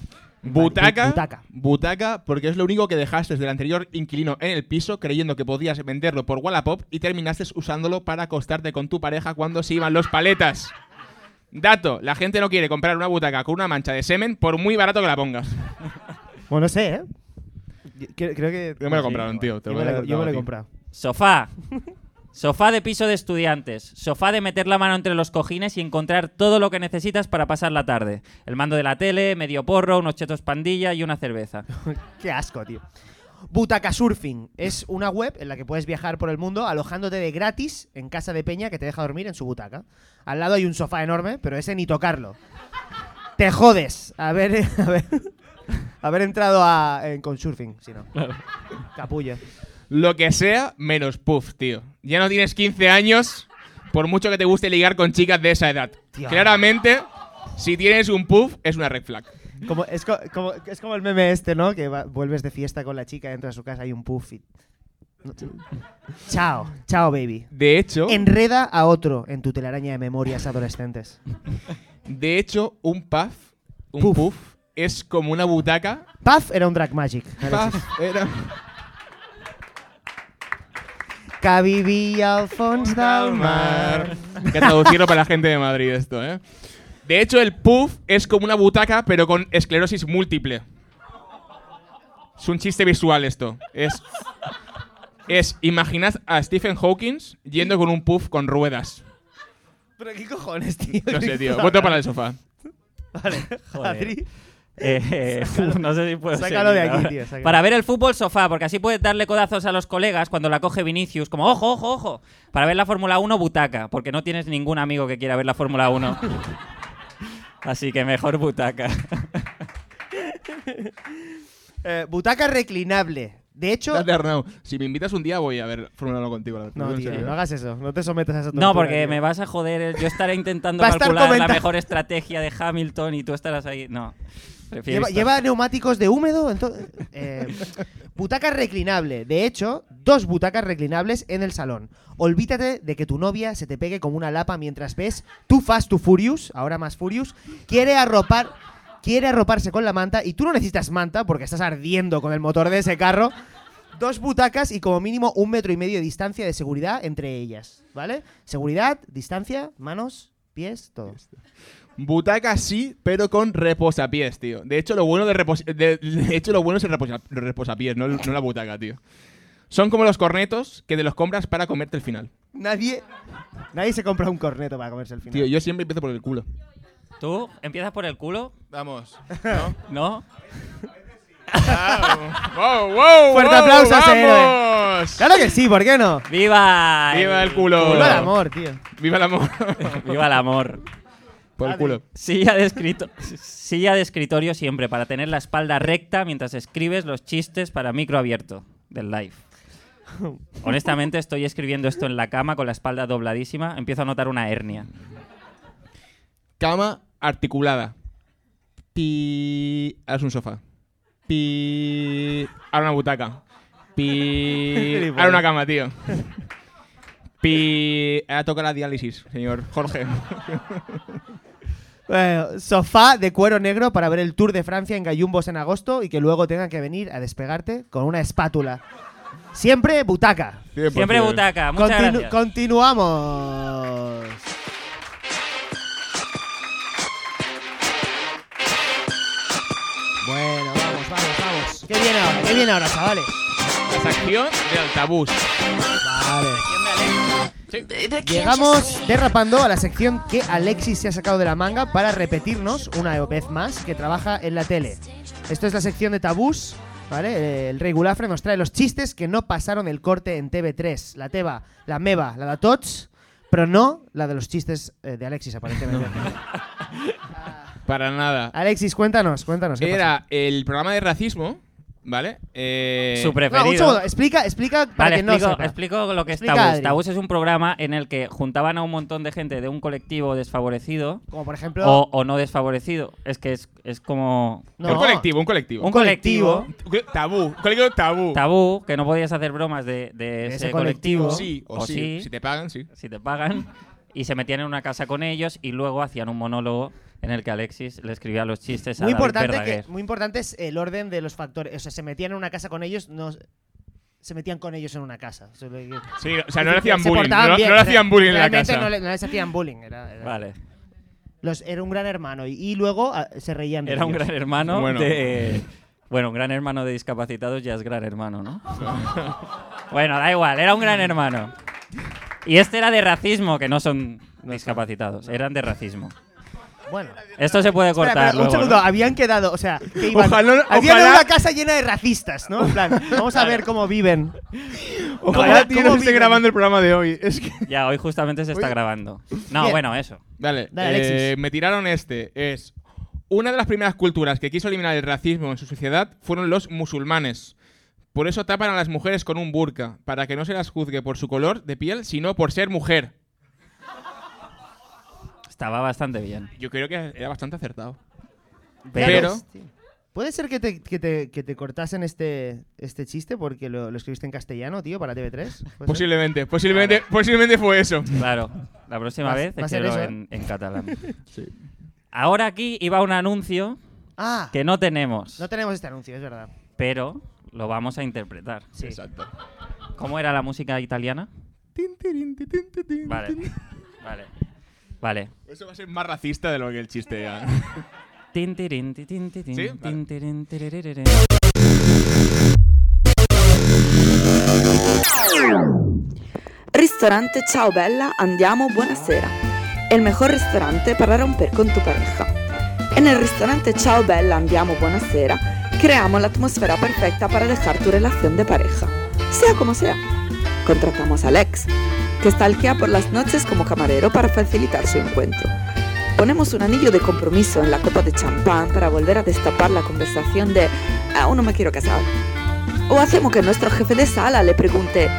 Speaker 3: Butaca,
Speaker 1: Butaca.
Speaker 3: butaca. porque es lo único que dejaste del anterior inquilino en el piso creyendo que podías venderlo por Wallapop y terminaste usándolo para acostarte con tu pareja cuando se iban los paletas. Dato, la gente no quiere comprar una butaca con una mancha de semen por muy barato que la pongas.
Speaker 1: Bueno, no sé, ¿eh? Yo Creo, creo que...
Speaker 3: Yo me lo compraron, tío. te
Speaker 1: Yo
Speaker 3: lo
Speaker 1: me
Speaker 3: voy a
Speaker 1: lo,
Speaker 3: dar
Speaker 1: yo me lo he
Speaker 3: a ti.
Speaker 1: comprado.
Speaker 2: Sofá. Sofá de piso de estudiantes. Sofá de meter la mano entre los cojines y encontrar todo lo que necesitas para pasar la tarde. El mando de la tele, medio porro, unos chetos pandilla y una cerveza.
Speaker 1: Qué asco, tío. Butaca Surfing es una web en la que puedes viajar por el mundo alojándote de gratis en casa de Peña que te deja dormir en su butaca. Al lado hay un sofá enorme, pero ese ni tocarlo. Te jodes *laughs* haber, haber, haber entrado a, en, con Surfing, si no. Capullo.
Speaker 3: Lo que sea, menos puff, tío. Ya no tienes 15 años, por mucho que te guste ligar con chicas de esa edad.
Speaker 1: Tío.
Speaker 3: Claramente, si tienes un puff, es una red flag.
Speaker 1: Como, es, co- como, es como el meme este, ¿no? Que va- vuelves de fiesta con la chica, entras a su casa, hay un puff y- Chao, chao, baby.
Speaker 3: De hecho,
Speaker 1: Enreda a otro en tu telaraña de memorias adolescentes.
Speaker 3: de hecho un puff, un
Speaker 1: Puff.
Speaker 3: puff, es como una butaca.
Speaker 1: Puff era un drag magic. Alexis.
Speaker 3: Puff era-
Speaker 1: Que vivia al fons del mar.
Speaker 3: Hay que traducirlo para la gente de Madrid esto, ¿eh? De hecho, el puff es como una butaca, pero con esclerosis múltiple. Es un chiste visual esto. Es es imaginad a Stephen Hawking yendo con un puff con ruedas.
Speaker 1: ¿Pero qué cojones, tío?
Speaker 3: No
Speaker 1: *laughs*
Speaker 3: sé, tío. Voto para el sofá.
Speaker 1: Vale,
Speaker 2: Joder.
Speaker 1: Adri.
Speaker 2: Eh, eh, no sé si puedo
Speaker 1: *laughs* sácalo de
Speaker 2: seguir
Speaker 1: aquí,
Speaker 2: ahora.
Speaker 1: tío, sácalo.
Speaker 2: Para ver el fútbol sofá, porque así puedes darle codazos a los colegas cuando la coge Vinicius, como ojo, ojo, ojo. Para ver la Fórmula 1, butaca, porque no tienes ningún amigo que quiera ver la
Speaker 1: *laughs*
Speaker 2: Fórmula 1. así que mejor butaca.
Speaker 1: Eh, butaca reclinable. De hecho.
Speaker 3: Date, Arnau. Si me invitas un día voy a ver Fórmula 1 contigo. la verdad.
Speaker 1: No,
Speaker 3: En
Speaker 1: tío,
Speaker 3: serio.
Speaker 1: no hagas eso. No te sometas a esa
Speaker 2: No,
Speaker 1: tortura,
Speaker 2: porque
Speaker 1: tío.
Speaker 2: me vas a joder. eh. Yo estaré intentando
Speaker 1: Va a estar
Speaker 2: calcular la
Speaker 1: comenta-
Speaker 2: mejor estrategia de Hamilton y tú estarás ahí. No. prefiero
Speaker 1: Lleva,
Speaker 2: esto.
Speaker 1: lleva neumáticos de húmedo, entonces. eh, butaca reclinable. De hecho, dos butacas reclinables en el salón. Olvídate de que tu novia se te pegue como una lapa mientras ves Too Fast, Too Furious, ahora más Furious, quiere arropar. Quiere arroparse con la manta y tú no necesitas manta porque estás ardiendo con el motor de ese carro. Dos butacas y como mínimo un metro y medio de distancia de seguridad entre ellas, ¿vale? Seguridad, distancia, manos, pies, todo.
Speaker 3: Butaca sí, pero con reposapiés, tío. De hecho, lo bueno, de repos- de- de hecho, lo bueno es el reposa- el reposapiés, no, el- no la butaca, tío. Son como los cornetos que te los compras para comerte el final.
Speaker 1: Nadie, nadie se compra un corneto para comerse el final.
Speaker 3: Tío, yo siempre empiezo por el culo.
Speaker 2: ¿Tú empiezas por el culo?
Speaker 3: Vamos. ¿no?
Speaker 2: ¿No?
Speaker 3: *laughs* wow, wow,
Speaker 1: Fuerte
Speaker 3: wow,
Speaker 1: aplauso a ese
Speaker 3: vamos.
Speaker 1: Claro que sí, ¿por qué no?
Speaker 2: ¡Viva!
Speaker 3: Viva el culo.
Speaker 1: Vuelve al amor, tío.
Speaker 3: Viva
Speaker 1: *laughs*
Speaker 3: el amor.
Speaker 2: ¡Viva el amor!
Speaker 3: por el culo.
Speaker 2: Silla de, escrito- silla de escritorio siempre, para tener la espalda recta mientras escribes los chistes para micro abierto del live. Honestamente, estoy escribiendo esto en la cama con la espalda dobladísima. Empiezo a notar una hernia.
Speaker 3: Cama articulada. Pi. Ahora es un sofá. Pi. Ahora una butaca. Pi. Ahora una cama, tío. Pi. Ahora toca la diálisis, señor Jorge.
Speaker 1: Bueno, sofá de cuero negro para ver el Tour de Francia en gallumbos en agosto y que luego tengan que venir a despegarte con una espátula. Siempre butaca.
Speaker 2: Siempre butaca. Muchas
Speaker 1: Continu-
Speaker 2: gracias.
Speaker 1: Continuamos. Bueno, vamos, vamos, vamos. ¿Qué viene ahora? ¿Qué viene ahora, chavales?
Speaker 3: La sección de altabús.
Speaker 1: Vale.
Speaker 5: Baby, can't you see?
Speaker 1: Llegamos derrapando a la sección que Alexis se ha sacado de la manga para repetirnos una vez más que trabaja en la tele. Esto es la sección de tabús, ¿vale? Eh, El rey Gulafre nos trae los chistes que no pasaron el corte en TV3. La Teba, la Meva, la de Tots, pero no la de los chistes eh, de Alexis,
Speaker 2: *laughs*
Speaker 1: aparentemente.
Speaker 3: Para nada.
Speaker 1: Alexis, cuéntanos, cuéntanos. Ah, ¿qué pasó?
Speaker 3: Era el programa de racismo, ¿vale? Eh,
Speaker 2: Su
Speaker 1: No, un
Speaker 2: preferido.
Speaker 1: segundo, explica, explica para
Speaker 2: Vale,
Speaker 1: que no
Speaker 2: explico,
Speaker 1: sepa.
Speaker 2: explico lo que es
Speaker 1: Explica,
Speaker 2: Tabús.
Speaker 1: Adri.
Speaker 2: Tabús es un programa en el que juntaban a un montón de gente de un colectivo desfavorecido
Speaker 1: Como por ejemplo...
Speaker 2: o, o no desfavorecido. Es que es, es como
Speaker 1: no,
Speaker 3: Un colectivo, un colectivo.
Speaker 2: un
Speaker 1: colectivo.
Speaker 2: colectivo
Speaker 3: Tabú. Un colectivo tabú.
Speaker 2: tabú, que no podías hacer bromas de, de ese, colectivo.
Speaker 3: Sí, o, sí. Si te pagan, sí.
Speaker 2: si te pagan, y se metían en una casa con ellos y luego hacían un monólogo en el que Alexis le escribía los chistes a
Speaker 1: Muy
Speaker 2: David
Speaker 1: importante, que,
Speaker 2: Verdaguer.
Speaker 1: muy importante es el orden de los factores. O sea, se metían en una casa con ellos, no se metían con ellos en una casa. O sea, lo que-
Speaker 3: Sí, o sea, no le
Speaker 1: se
Speaker 3: hacían bullying.
Speaker 1: portaban
Speaker 3: No,
Speaker 1: bien,
Speaker 3: no le hacían bullying en la
Speaker 1: realmente
Speaker 3: casa.
Speaker 1: No, le- no les hacían bullying. Era, era-
Speaker 2: Vale.
Speaker 1: los- era un gran hermano. Y, y luego ah, se reían de
Speaker 2: Era un
Speaker 1: ellos.
Speaker 2: gran hermano
Speaker 3: Bueno.
Speaker 2: de... Bueno, un gran hermano de discapacitados ya es gran hermano, ¿no? *laughs* bueno, da igual, era un gran hermano. Y este era de racismo, que no son discapacitados, eran de racismo.
Speaker 1: Bueno.
Speaker 2: Esto se puede
Speaker 1: Espera,
Speaker 2: cortar
Speaker 1: espera, un
Speaker 2: luego,
Speaker 1: segundo,
Speaker 2: ¿no?
Speaker 1: habían quedado, o sea, que iban,
Speaker 3: Ojalá-
Speaker 1: habían
Speaker 3: ojalá-
Speaker 1: una casa llena de racistas, ¿no? En plan, vamos a ver cómo viven.
Speaker 3: Ojalá
Speaker 1: ¿cómo
Speaker 3: tío, no esté
Speaker 1: viven?
Speaker 3: grabando el programa de hoy. Es que.
Speaker 2: Ya, hoy justamente se está grabando. No,
Speaker 1: Bien.
Speaker 2: bueno, eso.
Speaker 3: Dale,
Speaker 1: Dale,
Speaker 3: eh,
Speaker 1: Alexis.
Speaker 3: me tiraron este. Es. Una de las primeras culturas que quiso eliminar el racismo en su sociedad fueron los musulmanes. Por eso tapan a las mujeres con un burka, para que no se las juzgue por su color de piel, sino por ser mujer.
Speaker 2: Estaba bastante bien.
Speaker 3: Yo creo que era bastante acertado.
Speaker 2: Pero-
Speaker 1: Puede ser que te, que te- que te cortasen este, este chiste porque lo, lo escribiste en castellano, tío, para TV3. ¿Puede
Speaker 3: Pues
Speaker 1: ser?
Speaker 3: Posiblemente, posiblemente, posiblemente fue eso.
Speaker 2: Claro, la próxima
Speaker 1: Va-
Speaker 2: vez
Speaker 1: va a ser
Speaker 2: quiero
Speaker 1: eso, ¿eh?
Speaker 2: en, en
Speaker 1: *laughs*
Speaker 2: catalán. Ahora aquí iba un anuncio
Speaker 1: Ah,
Speaker 2: que no tenemos,
Speaker 1: no tenemos este anuncio, es verdad.
Speaker 2: pero lo vamos a interpretar.
Speaker 1: Sí.
Speaker 3: Exacto.
Speaker 2: ¿Cómo era la música italiana?
Speaker 3: Tin, tirin, tin, tin, tin, tin,
Speaker 2: Vale,
Speaker 3: tin.
Speaker 2: vale, vale.
Speaker 3: Eso va a ser más racista de lo que el chiste ya.
Speaker 2: Tin, tirin, ti, tin, ti, tin,
Speaker 3: ¿Sí?
Speaker 2: tin,
Speaker 3: Vale.
Speaker 2: tirin, tiririririn.
Speaker 6: Ristorante Ciao Bella, andiamo, buonasera. È il mejor ristorante para romper con tu pareja. E nel ristorante Ciao Bella, andiamo, buonasera, creamos la atmósfera perfecta para dejar tu relación de pareja. Sea como sea. Contratamos a Alex, que stalkea por las noches como camarero para facilitar su encuentro. Ponemos un anillo de compromiso en la copa de champán para volver a destapar la conversación de "Ah, aún no me quiero casar. O hacemos que nuestro jefe de sala le pregunte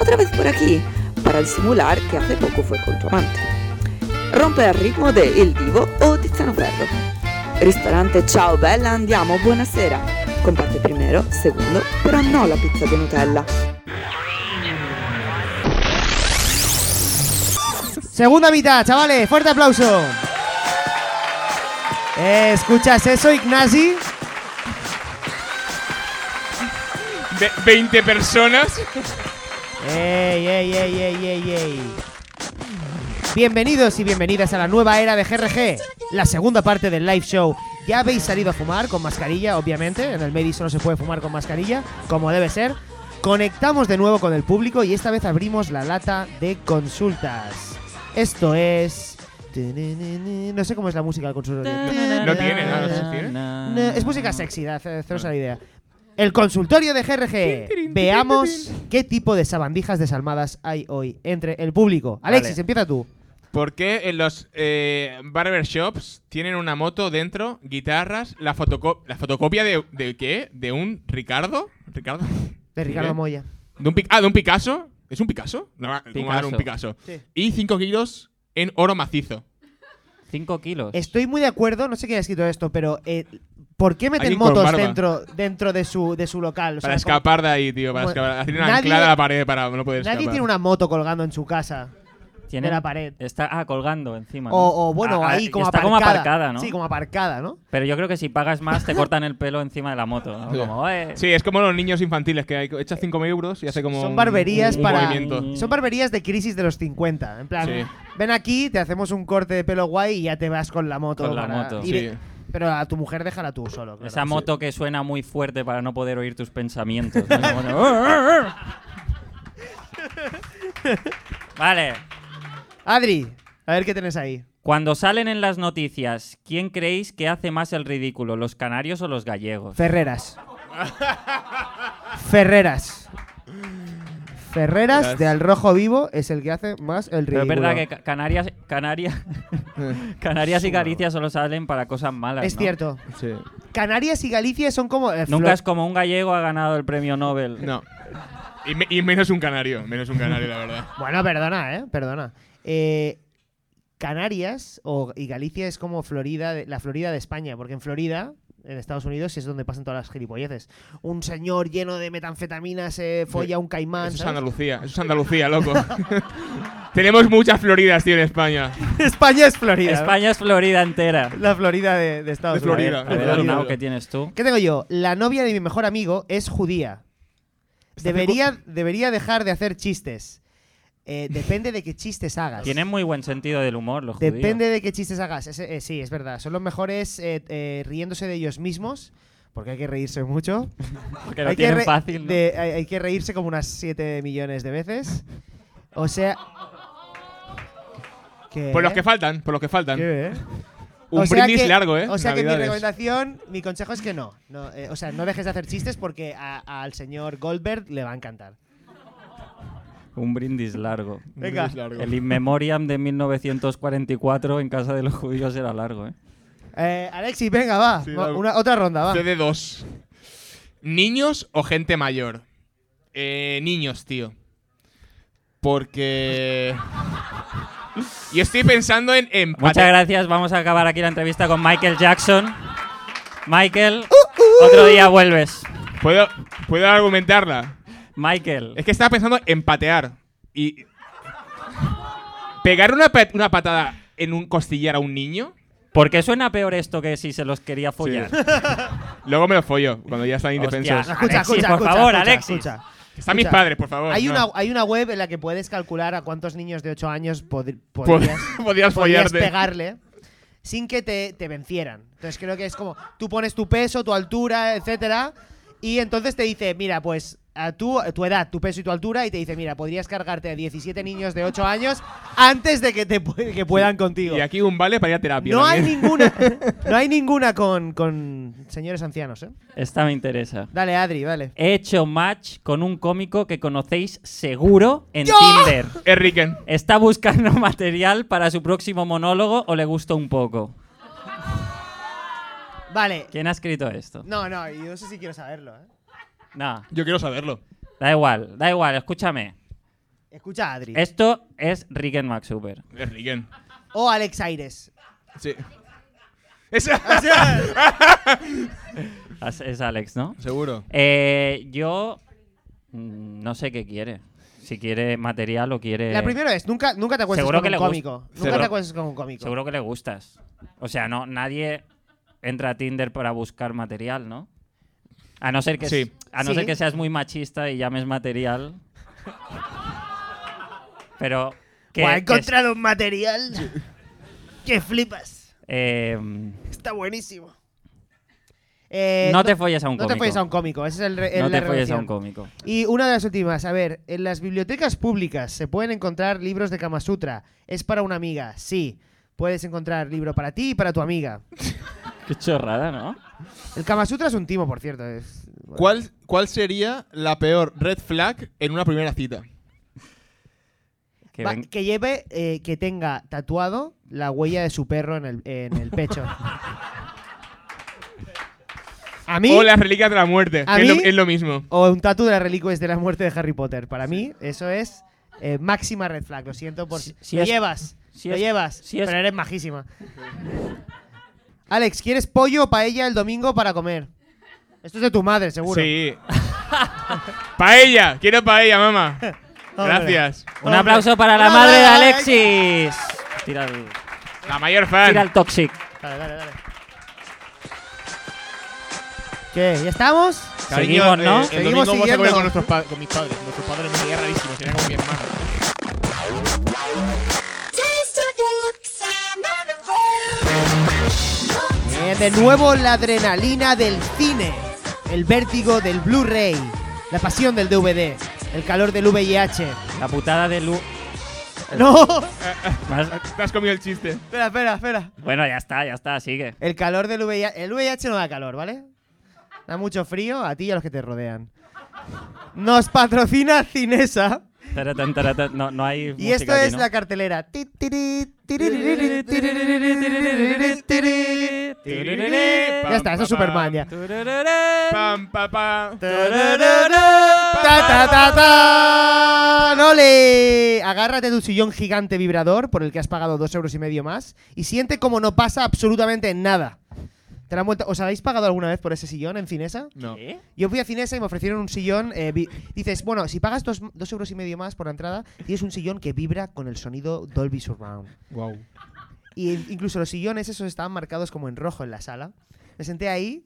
Speaker 6: otra vez por aquí para el simular que hace poco fue con tu amante. Rompe el ritmo de Il Divo o Tiziano Ferro. Ristorante Ciao Bella andiamo, buonasera. Comparte primero, segundo, pero no la pizza de Nutella.
Speaker 1: Segunda mitad, chavales, fuerte aplauso. Eh, ¿Escuchas eso, Ignasi?
Speaker 3: *laughs* Ve- 20 personas.
Speaker 1: Ey, ey, ey, ey, ey, ey. Bienvenidos y bienvenidas a la nueva era de GRG, la segunda parte del live show. Ya habéis salido a fumar con mascarilla, obviamente. En el Medi solo se puede fumar con mascarilla, como debe ser. Conectamos de nuevo con el público y esta vez abrimos la lata de consultas. Esto es. No sé cómo es la música del consultorio.
Speaker 3: No tiene, no, no sé si tiene.
Speaker 1: No, es música sexy, da- hace- haceros a la idea. El consultorio de GRG. Veamos qué tipo de sabandijas desalmadas hay hoy entre el público. Alexis,
Speaker 2: Vale.
Speaker 1: empieza tú.
Speaker 3: ¿Por qué en los eh, barbershops tienen una moto dentro, guitarras, la, fotoco- la fotocopia de, de qué? ¿De un Ricardo? ¿Ricardo?
Speaker 1: De Ricardo
Speaker 3: ¿Qué?
Speaker 1: Moya.
Speaker 3: ¿De un Pic- ah, ¿de un Picasso? ¿Es un Picasso? No, va- ¿Cómo va a dar un Picasso?
Speaker 1: Sí.
Speaker 3: Y 5 kilos en oro macizo.
Speaker 2: 5 kilos.
Speaker 1: Estoy muy de acuerdo, no sé quién ha escrito esto, pero eh, ¿por qué meten
Speaker 3: Alguien con
Speaker 1: motos
Speaker 3: barba.
Speaker 1: dentro, dentro de, su, de su local? O sea,
Speaker 3: para
Speaker 1: como-
Speaker 3: escapar de ahí, tío. Para
Speaker 1: como-
Speaker 3: escapar. Hacer una
Speaker 1: nadie-
Speaker 3: anclada a la pared para no poder
Speaker 1: Nadie
Speaker 3: escapar.
Speaker 1: tiene una moto colgando en su casa.
Speaker 2: Tiene
Speaker 1: de la pared.
Speaker 2: Está ah, colgando encima. ¿no?
Speaker 1: O, o, bueno,
Speaker 2: Ah, ah,
Speaker 1: ahí como
Speaker 2: está
Speaker 1: aparcada.
Speaker 2: como aparcada, ¿no?
Speaker 1: Sí, como aparcada, ¿no?
Speaker 2: Pero yo creo que si pagas más te cortan el pelo encima de la moto. ¿no?
Speaker 3: Sí.
Speaker 2: Como, eh,
Speaker 3: Sí, es como los niños infantiles que hay, echa 5.000 euros y hace como.
Speaker 1: son
Speaker 3: un-
Speaker 1: barberías
Speaker 3: un
Speaker 1: para
Speaker 3: movimiento.
Speaker 1: son barberías de crisis de los 50 en plan
Speaker 3: Sí.
Speaker 1: ven aquí te hacemos un corte de pelo guay y ya te vas con la moto
Speaker 2: Con la
Speaker 1: para-
Speaker 2: moto.
Speaker 1: y
Speaker 3: Sí.
Speaker 1: ve- pero a tu mujer déjala tú solo claro.
Speaker 2: Esa moto que suena muy fuerte para no poder oír tus pensamientos. ¿no? "Oh, Bueno, oh". vale.
Speaker 1: Adri a ver qué tienes ahí
Speaker 2: Cuando salen en las noticias, ¿quién creéis que hace más el ridículo, los canarios o los gallegos?
Speaker 1: Ferreras Ferreras Ferreras de Al Rojo Vivo es el que hace más el ridículo
Speaker 2: Pero es verdad que Ca- Canarias, Canarias,
Speaker 1: *laughs*
Speaker 2: Canarias y Galicia solo salen para cosas malas.
Speaker 1: es
Speaker 2: ¿no?
Speaker 1: cierto
Speaker 3: Sí.
Speaker 1: Canarias y Galicia son como eh,
Speaker 2: Nunca
Speaker 1: Flo-
Speaker 2: es como un gallego ha ganado el premio Nobel.
Speaker 3: No. Y, me- y menos un canario. Menos un canario, la verdad.
Speaker 1: Bueno, perdona, ¿eh? Perdona. Eh, Canarias o, y Galicia es como Florida, de- la Florida de España, porque en Florida, en Estados Unidos, es donde pasan todas las gilipolleces. Un señor lleno de metanfetaminas se folla un caimán.
Speaker 3: Eso es
Speaker 1: ¿sabes?
Speaker 3: Andalucía, eso es Andalucía, loco. *laughs* Tenemos muchas Floridas, tío, en España.
Speaker 1: *laughs* España es Florida. ¿no?
Speaker 2: *laughs* España es Florida entera.
Speaker 1: La Florida de, de Estados
Speaker 3: De Florida.
Speaker 1: Unidos. Ah,
Speaker 2: A ver,
Speaker 3: Claro,
Speaker 2: Arnau,
Speaker 3: claro.
Speaker 2: ¿qué tienes tú?
Speaker 1: ¿Qué tengo yo? La novia de mi mejor amigo es judía. Debería, debería dejar de hacer chistes. Eh, depende de qué chistes hagas.
Speaker 2: Tienen muy buen sentido del humor, los judíos.
Speaker 1: Depende de qué chistes hagas. Ese- eh, sí, es verdad. Son los mejores eh, eh, riéndose de ellos mismos. Porque hay que reírse mucho.
Speaker 2: Porque lo
Speaker 1: hay,
Speaker 2: tienen
Speaker 1: re-
Speaker 2: fácil, ¿no?
Speaker 1: de- hay, hay que reírse como unas 7 millones de veces. O
Speaker 3: *laughs*
Speaker 1: sea. ¿Qué?
Speaker 3: Por Pues los que faltan, por los que faltan.
Speaker 1: ¿Eh? ¿Qué? eh?
Speaker 3: Un
Speaker 1: O sea
Speaker 3: brindis
Speaker 1: que-
Speaker 3: largo, ¿eh?
Speaker 1: O sea que mi
Speaker 3: Navidades.
Speaker 1: recomendación, mi consejo es que no. No, eh, o sea, no dejes de hacer chistes porque a- al señor Goldberg le va a encantar.
Speaker 2: Un brindis largo.
Speaker 1: Venga.
Speaker 3: Un brindis largo.
Speaker 2: El In Memoriam de 1944 en casa de los judíos era largo, ¿eh?
Speaker 1: Eh, Alexis, venga, va.
Speaker 3: Sí,
Speaker 1: Va-
Speaker 3: va.
Speaker 1: una- otra ronda, va.
Speaker 3: CD2. ¿Niños o gente mayor? Eh, niños, tío. Porque. *laughs* Y estoy pensando en. en
Speaker 2: Muchas
Speaker 3: pate-
Speaker 2: gracias. Vamos a acabar aquí la entrevista con Michael Jackson.
Speaker 3: Uh,
Speaker 2: Michael, otro día vuelves.
Speaker 3: ¿Puedo, puedo argumentarla.
Speaker 2: Michael,
Speaker 3: Es que estaba pensando en patear. Y. Pegar una, pat- una patada en un costillar a un niño.
Speaker 2: ¿por qué suena peor esto que si se los quería
Speaker 3: *laughs*
Speaker 2: follar?
Speaker 3: Sí. Luego me lo follo, cuando ya están
Speaker 2: Hostia.
Speaker 3: indefensos.
Speaker 1: Escucha,
Speaker 2: Alexis,
Speaker 1: escucha,
Speaker 2: por
Speaker 1: escucha,
Speaker 2: favor,
Speaker 1: escucha,
Speaker 2: Alexis.
Speaker 1: escucha.
Speaker 3: Están mis
Speaker 1: Escucha,
Speaker 3: padres, por favor.
Speaker 1: Hay,
Speaker 3: Oh, no.
Speaker 1: una, hay una web en la que puedes calcular a cuántos niños de 8 años pod-
Speaker 3: Pod-
Speaker 1: podrías,
Speaker 3: *laughs* podías
Speaker 1: podrías
Speaker 3: follarte.
Speaker 1: pegarle sin que te, te vencieran. Entonces creo que es como, tú pones tu peso, tu altura, etcétera, y entonces te dice, mira, pues a tu, a tu edad, tu peso y tu altura y te dice, mira, podrías cargarte a 17 niños de 8 años antes de que, te pu- que puedan contigo.
Speaker 3: Y aquí un vale para ir a terapia.
Speaker 1: No hay
Speaker 3: también.
Speaker 1: ninguna,
Speaker 3: *laughs*
Speaker 1: no hay ninguna con, con señores ancianos, ¿eh?
Speaker 2: Esta me interesa.
Speaker 1: Dale, Adri, dale.
Speaker 2: He hecho match con un cómico que conocéis seguro en Tinder.
Speaker 3: Enriquen.
Speaker 2: ¿Está buscando *laughs* material para su próximo monólogo o le gustó un poco?
Speaker 1: Vale.
Speaker 2: ¿Quién ha escrito esto?
Speaker 1: No, no, yo no sé si quiero saberlo, ¿eh?
Speaker 2: No,
Speaker 3: Yo quiero saberlo.
Speaker 2: da igual, da igual, escúchame.
Speaker 1: Escucha a Adri.
Speaker 2: Esto es Rick and Max Super.
Speaker 3: Enriquen.
Speaker 1: O Alex Aires.
Speaker 3: Sí. Es-
Speaker 2: Es- Es Alex, ¿no?
Speaker 3: *laughs* Seguro.
Speaker 2: Eh, yo mm, no sé qué quiere. Si quiere material o quiere...
Speaker 1: La primera es, nunca, nunca te acuestes
Speaker 2: Eh, seguro
Speaker 1: con
Speaker 2: que
Speaker 1: un
Speaker 2: le gust-
Speaker 1: cómico. Nunca
Speaker 3: Seguro.
Speaker 1: te acuestes con un cómico.
Speaker 2: Seguro que le gustas. O sea, no, nadie entra a Tinder para buscar material, ¿no? A no ser que,
Speaker 3: Sí.
Speaker 2: a no
Speaker 1: Sí.
Speaker 2: ser que seas muy machista y llames material. Pero que,
Speaker 1: Buah, he
Speaker 2: que-
Speaker 1: encontrado un material que flipas.
Speaker 2: eh,
Speaker 1: Está buenísimo. Eh,
Speaker 2: no te folles a un
Speaker 1: no te
Speaker 2: cómico.
Speaker 1: folles a un cómico. Ese es el, re- el-
Speaker 2: no
Speaker 1: la
Speaker 2: te folles a
Speaker 1: relación.
Speaker 2: un cómico.
Speaker 1: Y una de las últimas, a ver, en las bibliotecas públicas se pueden encontrar libros de Kama Sutra. Es para una amiga, sí. Puedes encontrar libro para ti y para tu amiga.
Speaker 2: Qué chorrada, ¿no?
Speaker 1: El Kama Sutra es un timo, por cierto. es-
Speaker 3: ¿Cuál, ¿Cuál sería la peor red flag en una primera cita?
Speaker 2: Que
Speaker 1: Va,
Speaker 2: ven-
Speaker 1: que lleve, eh, que tenga tatuado la huella de su perro en el, en el pecho. A mí,
Speaker 3: O las reliquias de la muerte.
Speaker 1: ¿A
Speaker 3: que es, lo,
Speaker 1: mí?
Speaker 3: es lo mismo.
Speaker 1: o un tatu de las reliquias de la muerte de Harry Potter. Para mí, eso es eh, máxima red flag. Lo siento por
Speaker 2: Si-
Speaker 1: si,
Speaker 2: si
Speaker 1: lo
Speaker 2: es-
Speaker 1: llevas,
Speaker 2: si
Speaker 1: lo
Speaker 2: es-
Speaker 1: llevas,
Speaker 2: si es-
Speaker 1: pero eres majísima. Alex, ¿quieres pollo o paella el domingo para comer? Esto es de tu madre, seguro.
Speaker 3: Sí.
Speaker 1: *laughs*
Speaker 3: paella. Quiero
Speaker 1: *laughs*
Speaker 3: paella, mamá. Gracias.
Speaker 2: Un
Speaker 1: Hombre.
Speaker 2: aplauso para la
Speaker 1: Hola,
Speaker 2: madre de
Speaker 1: hola,
Speaker 2: Alexis. Tira el,
Speaker 3: La mayor
Speaker 2: tira el
Speaker 3: fan.
Speaker 2: toxic.
Speaker 1: Dale, dale, dale. ¿Qué? ¿Ya estamos?
Speaker 3: Cariño, eh,
Speaker 2: Seguimos, ¿no?
Speaker 3: el
Speaker 1: Seguimos
Speaker 3: domingo vamos a comer
Speaker 1: siguiendo.
Speaker 3: con, nuestros pa- con mis padres. Nuestros padres me sería rarísimo. Sería como mi hermano.
Speaker 1: Eh, de nuevo la adrenalina del cine, el vértigo del Blu-ray, la pasión del DVD, el calor del VIH.
Speaker 2: La putada de Lu.
Speaker 1: No,
Speaker 2: Más-
Speaker 3: Te has comido el chiste.
Speaker 1: espera, espera, espera.
Speaker 2: Bueno, ya está, ya está, sigue.
Speaker 1: El calor del VIH, el VIH no da calor, ¿vale? Da mucho frío a ti y a los que te rodean. Nos patrocina Cinesa
Speaker 2: Taratán, taratán. No, no hay.
Speaker 1: y esto es la cartelera. Ti, tiri, tiri, tiri, tiri, tiri. Ya está, eso es Superman ya.
Speaker 3: Pam, pam, pam.
Speaker 1: ¡Ta, ta, ta, tan! ¡Ole! Agárrate de un sillón gigante vibrador por el que has pagado dos euros y medio más y siente como no pasa absolutamente nada. ¿Te la han vuelto- ¿Os habéis pagado alguna vez por ese sillón en Cinesa?
Speaker 3: No.
Speaker 1: Yo fui a Cinesa y me ofrecieron un sillón. eh, vi- dices, bueno, si pagas dos, dos euros y medio más por la entrada, tienes un sillón que vibra con el sonido Dolby Surround.
Speaker 3: Wow.
Speaker 1: Y in- incluso los sillones esos estaban marcados como en rojo en la sala. Me senté ahí.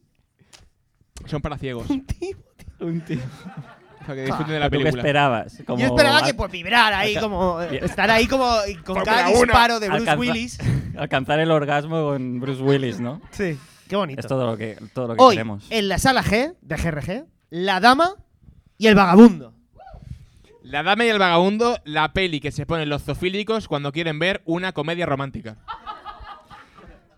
Speaker 3: Son para ciegos.
Speaker 1: Un tío. Ah,
Speaker 3: Para que disfruten de la
Speaker 2: ¿Tú qué
Speaker 3: película.
Speaker 2: esperabas? Como
Speaker 1: Yo esperaba que
Speaker 2: al-
Speaker 1: por vibrar ahí,
Speaker 2: *laughs*
Speaker 1: como eh, estar ahí como eh, con
Speaker 3: Fórmula
Speaker 1: cada
Speaker 3: uno.
Speaker 1: disparo de Bruce
Speaker 2: alcanza-
Speaker 1: Willis.
Speaker 2: *laughs* Alcanzar el orgasmo con Bruce Willis, ¿no?
Speaker 1: Sí, qué bonito.
Speaker 2: Es todo lo que, todo lo que
Speaker 1: Hoy, eh.
Speaker 2: queremos.
Speaker 1: en la sala G de GRG, la dama y el vagabundo.
Speaker 3: La Dama y el Vagabundo, la peli que se ponen los zofílicos cuando quieren ver una comedia romántica.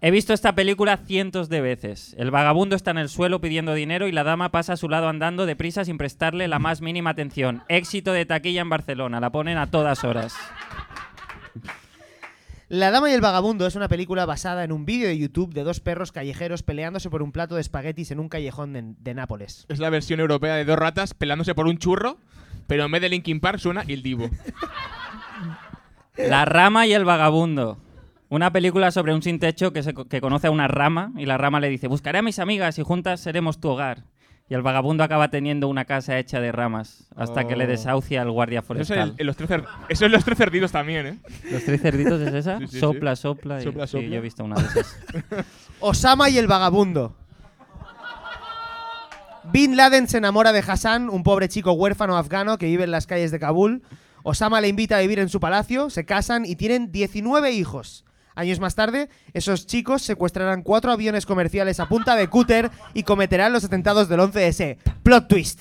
Speaker 2: He visto esta película cientos de veces. El vagabundo está en el suelo pidiendo dinero y la dama pasa a su lado andando deprisa sin prestarle la más mínima atención. Éxito de taquilla en Barcelona. La ponen a todas horas.
Speaker 1: La Dama y el Vagabundo es una película basada en un vídeo de YouTube de dos perros callejeros peleándose por un plato de espaguetis en un callejón de, de Nápoles.
Speaker 3: Es la versión europea de dos ratas pelándose por un churro, pero en vez de Linkin Park suena Il Divo.
Speaker 2: La rama y el vagabundo. Una película sobre un sin techo que, se co- que conoce a una rama y la rama le dice, buscaré a mis amigas y juntas seremos tu hogar. Y el vagabundo acaba teniendo una casa hecha de ramas hasta que le
Speaker 3: Oh.
Speaker 2: desahucia al guardia
Speaker 3: Eso es,
Speaker 2: forestal.
Speaker 3: el- el- los tres cer- eso es los tres cerditos también, ¿eh?
Speaker 2: ¿Los tres cerditos es esa?
Speaker 3: *laughs* Sí, sí, sí.
Speaker 2: sopla, sopla. y-
Speaker 3: Sopla,
Speaker 2: sí,
Speaker 3: sopla.
Speaker 2: yo he visto una de esas.
Speaker 1: Osama y el Vagabundo. Bin Laden se enamora de Hassan, un pobre chico huérfano afgano que vive en las calles de Kabul. Osama le invita a vivir en su palacio, se casan y tienen 19 hijos. Años más tarde, esos chicos secuestrarán cuatro aviones comerciales a punta de cúter y cometerán los atentados del 11S. Plot twist.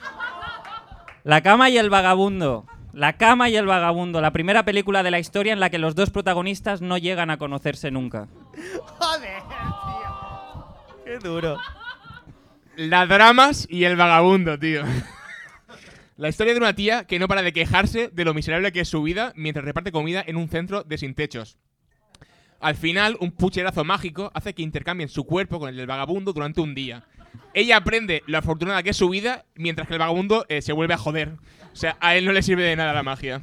Speaker 2: *laughs* La cama y el vagabundo. La cama y el vagabundo, la primera película de la historia en la que los dos protagonistas no llegan a conocerse nunca.
Speaker 1: Joder, tío. Qué duro.
Speaker 3: La dramas y el vagabundo, tío. *laughs* La historia de una tía que no para de quejarse de lo miserable que es su vida mientras reparte comida en un centro de sin techos. Al final, un pucherazo mágico hace que intercambien su cuerpo con el del vagabundo durante un día. Ella aprende lo afortunada que es su vida mientras que el vagabundo eh, se vuelve a joder. O sea, a él no le sirve de nada la magia.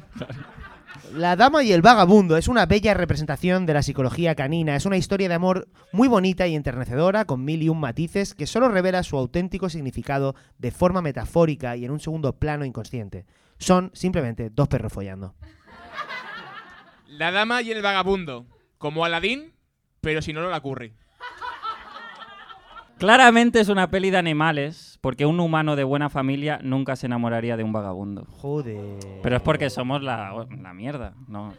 Speaker 1: La dama y el vagabundo es una bella representación de la psicología canina. Es una historia de amor muy bonita y enternecedora, con mil y un matices, que solo revela su auténtico significado de forma metafórica y en un segundo plano inconsciente. Son simplemente dos perros follando.
Speaker 3: La dama y el vagabundo. Como Aladín, pero si no lo la curry.
Speaker 2: Claramente es una peli de animales, porque un humano de buena familia nunca se enamoraría de un vagabundo.
Speaker 1: Joder.
Speaker 2: Pero es porque somos la, la mierda, ¿no?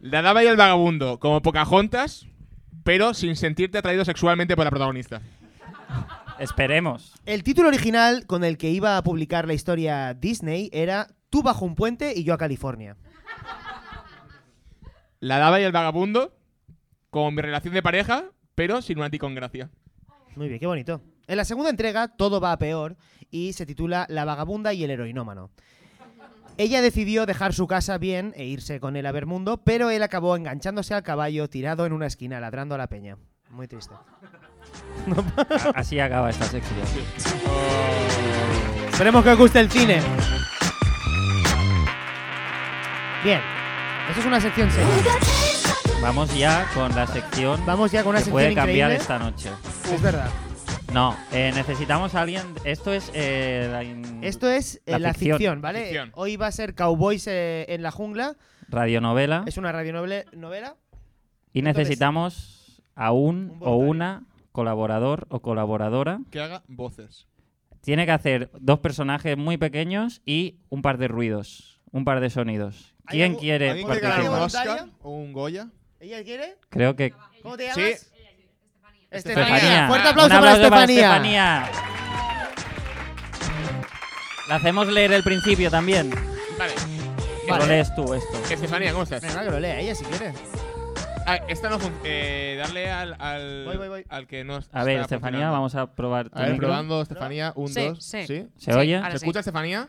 Speaker 3: La dama y el vagabundo. Como Pocahontas, pero sin sentirte atraído sexualmente por la protagonista.
Speaker 2: Esperemos.
Speaker 1: El título original con el que iba a publicar la historia Disney era Tú bajo un puente y yo a California.
Speaker 3: La dama y el vagabundo. Como mi relación de pareja, pero sin una ti con gracia.
Speaker 1: Muy bien, qué bonito. En la segunda entrega, todo va a peor y se titula La vagabunda y el heroinómano. Ella decidió dejar su casa bien e irse con él a ver mundo, pero él acabó enganchándose al caballo tirado en una esquina, ladrando a la peña. Muy triste.
Speaker 2: A- Así acaba esta sección.
Speaker 1: Esperemos que os guste el cine. Bien, esto es una sección seria.
Speaker 2: Vamos ya con la sección
Speaker 1: Vamos ya con una
Speaker 2: que
Speaker 1: sección
Speaker 2: puede cambiar
Speaker 1: increíble.
Speaker 2: esta noche.
Speaker 1: Es verdad.
Speaker 2: No, eh, necesitamos a alguien. Esto es. eh, la in-
Speaker 1: Esto es eh, la,
Speaker 2: La
Speaker 1: ficción,
Speaker 2: ficción.
Speaker 1: ¿vale?
Speaker 3: Ficción.
Speaker 1: Hoy va a ser Cowboys eh, en la jungla.
Speaker 2: radionovela.
Speaker 1: Es una radionovela. novela.
Speaker 2: y necesitamos a
Speaker 1: Un
Speaker 2: un o
Speaker 1: voluntario.
Speaker 2: una colaborador o colaboradora.
Speaker 3: Que haga voces.
Speaker 2: Tiene que hacer dos personajes muy pequeños y un par de ruidos, un par de sonidos.
Speaker 1: ¿Hay
Speaker 2: ¿Quién
Speaker 1: algún-
Speaker 2: quiere
Speaker 1: algún que gane
Speaker 2: participar?
Speaker 1: un voluntaria?
Speaker 3: o un Goya?
Speaker 1: ¿Ella quiere?
Speaker 2: Creo que
Speaker 1: ¿Cómo te llamas?
Speaker 3: Sí.
Speaker 1: Estefanía.
Speaker 2: Estefanía.
Speaker 1: Fuerte aplauso,
Speaker 2: Un aplauso
Speaker 1: para
Speaker 2: para
Speaker 1: Estefanía.
Speaker 2: Estefanía. La hacemos leer el principio también.
Speaker 3: Vale.
Speaker 1: Vale.
Speaker 2: Lo lees tú esto.
Speaker 3: Estefanía, ¿cómo estás?
Speaker 1: Venga, que lo lea ella si quiere.
Speaker 3: Ah, esta no fun- eh, Darle al, al,
Speaker 1: Voy, voy, voy.
Speaker 3: al que no.
Speaker 2: A
Speaker 3: está
Speaker 2: ver, Estefanía,
Speaker 3: funcionando.
Speaker 2: vamos a probar tu
Speaker 3: A ver,
Speaker 2: micro.
Speaker 3: probando, Estefanía. Un,
Speaker 7: Sí,
Speaker 3: dos.
Speaker 7: sí.
Speaker 2: ¿Se
Speaker 7: Sí,
Speaker 2: oye?
Speaker 7: ahora
Speaker 3: ¿Se
Speaker 7: sí.
Speaker 3: escucha, Estefanía?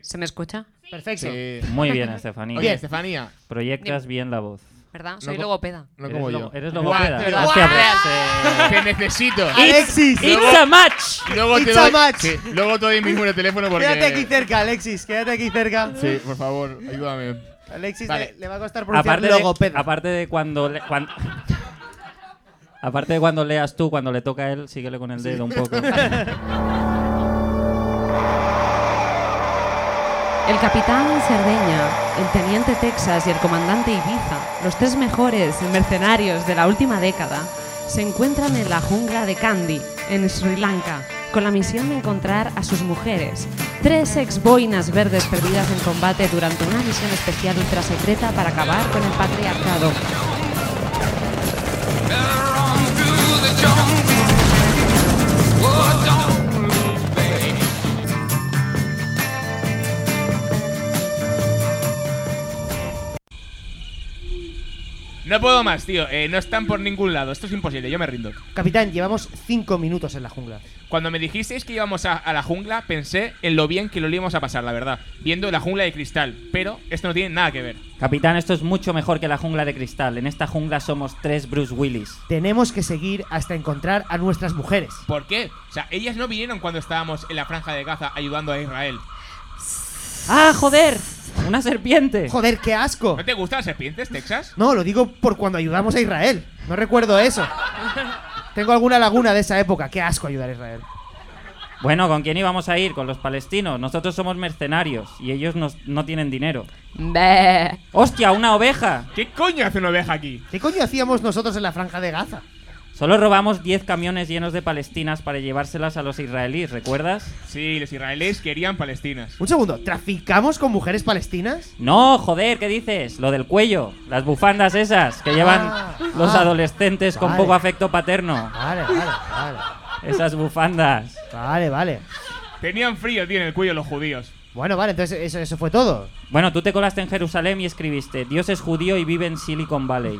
Speaker 7: ¿Se me escucha?
Speaker 1: Perfecto.
Speaker 2: Muy bien, Estefanía.
Speaker 3: *laughs* Oye, Estefanía,
Speaker 2: Proyectas bien la voz.
Speaker 7: ¿Verdad? Soy
Speaker 3: co-
Speaker 7: logopeda.
Speaker 3: no
Speaker 2: Eres
Speaker 3: como
Speaker 2: lo-
Speaker 3: yo.
Speaker 2: Eres
Speaker 3: Guau,
Speaker 2: logopeda.
Speaker 3: te-
Speaker 2: Hostia, pues, eh,
Speaker 3: Te necesito.
Speaker 1: Alexis,
Speaker 2: ¡It's a match!
Speaker 3: Luego te
Speaker 1: It's a
Speaker 3: doy,
Speaker 1: match.
Speaker 3: sí, luego te doy mi número de teléfono porque.
Speaker 1: quédate aquí cerca, Alexis, quédate aquí cerca.
Speaker 3: Sí, por favor, ayúdame.
Speaker 1: Alexis
Speaker 3: Vale.
Speaker 1: le, le va a costar pronunciar
Speaker 2: Aparte de,
Speaker 1: logopeda.
Speaker 2: aparte de cuando... le- cuan- *laughs* Aparte de cuando leas tú, cuando le toca a él, síguele con el dedo un poco.
Speaker 8: El capitán Cerdeña, el teniente Texas y el comandante Ibiza, los tres mejores mercenarios de la última década, se encuentran en la jungla de Kandy, en Sri Lanka, con la misión de encontrar a sus mujeres, tres ex boinas verdes perdidas en combate durante una misión especial ultrasecreta para acabar con el patriarcado.
Speaker 3: No puedo más, tío. eh, no están por ningún lado. Esto es imposible. Yo me rindo.
Speaker 1: Capitán, llevamos cinco minutos en la jungla.
Speaker 3: Cuando me dijisteis que íbamos a, a la jungla, pensé en lo bien que lo íbamos a pasar, la verdad. Viendo la jungla de cristal. Pero esto no tiene nada que ver.
Speaker 2: Capitán, esto es mucho mejor que la jungla de cristal. En esta jungla somos tres Bruce Willis.
Speaker 1: Tenemos que seguir hasta encontrar a nuestras mujeres.
Speaker 3: ¿Por qué? O sea, ellas no vinieron cuando estábamos en la franja de Gaza ayudando a Israel.
Speaker 2: ¡Ah, joder! ¡Una serpiente!
Speaker 1: Joder, qué asco.
Speaker 3: ¿No te gustan las serpientes, Texas?
Speaker 1: No, lo digo por cuando ayudamos a Israel. No recuerdo eso. Tengo alguna laguna de esa época. Qué asco ayudar a Israel.
Speaker 2: Bueno, ¿con quién íbamos a ir? Con los palestinos. Nosotros somos mercenarios y ellos nos- no tienen dinero.
Speaker 7: Bé.
Speaker 2: ¡Hostia, una oveja!
Speaker 3: ¿Qué coño hace una oveja aquí?
Speaker 1: ¿Qué coño hacíamos nosotros en la franja de Gaza?
Speaker 2: Solo robamos 10 camiones llenos de palestinas para llevárselas a los israelíes, ¿recuerdas?
Speaker 3: Sí, los israelíes querían palestinas.
Speaker 1: Un segundo, ¿traficamos con mujeres palestinas?
Speaker 2: No, joder, ¿qué dices? Lo del cuello, las bufandas esas que llevan
Speaker 1: Ah,
Speaker 2: los
Speaker 1: ah.
Speaker 2: adolescentes con
Speaker 1: Vale.
Speaker 2: poco afecto paterno.
Speaker 1: Vale, vale, vale.
Speaker 2: Esas bufandas.
Speaker 1: Vale, vale.
Speaker 3: Tenían frío, tío, en el cuello los judíos.
Speaker 1: Bueno, vale, entonces eso, eso fue todo.
Speaker 2: Bueno, tú te colaste en Jerusalén y escribiste, Dios es judío y vive en Silicon Valley.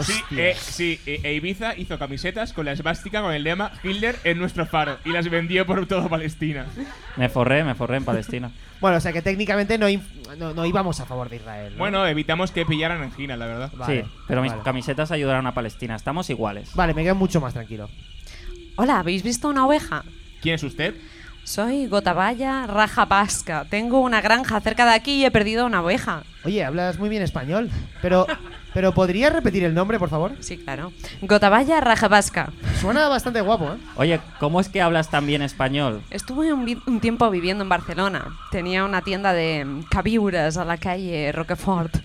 Speaker 3: Sí,
Speaker 1: Hostia.
Speaker 3: eh, sí eh, e Ibiza hizo camisetas con la esvástica con el lema Hitler en nuestro faro y las vendió por toda Palestina.
Speaker 2: Me forré, me forré en Palestina.
Speaker 1: Bueno, o sea que técnicamente no, inf- no, no íbamos a favor de Israel. ¿no?
Speaker 3: Bueno, evitamos que pillaran en China, la verdad.
Speaker 1: Vale,
Speaker 2: sí, pero mis
Speaker 1: vale.
Speaker 2: camisetas ayudaron a Palestina. Estamos iguales.
Speaker 1: Vale, me quedo mucho más tranquilo.
Speaker 8: Hola, ¿habéis visto una oveja?
Speaker 3: ¿Quién es usted?
Speaker 8: Soy Gotabaya Raja Pasca. Tengo una granja cerca de aquí y he perdido una oveja.
Speaker 1: Oye, hablas muy bien español, pero, pero ¿podrías repetir el nombre, por favor?
Speaker 8: Sí, claro. Gotabaya Raja Pasca.
Speaker 1: Suena bastante guapo, ¿eh?
Speaker 2: Oye, ¿cómo es que hablas tan bien español?
Speaker 8: Estuve un, vi- un tiempo viviendo en Barcelona. Tenía una tienda de mm, cabiuras a la calle Roquefort.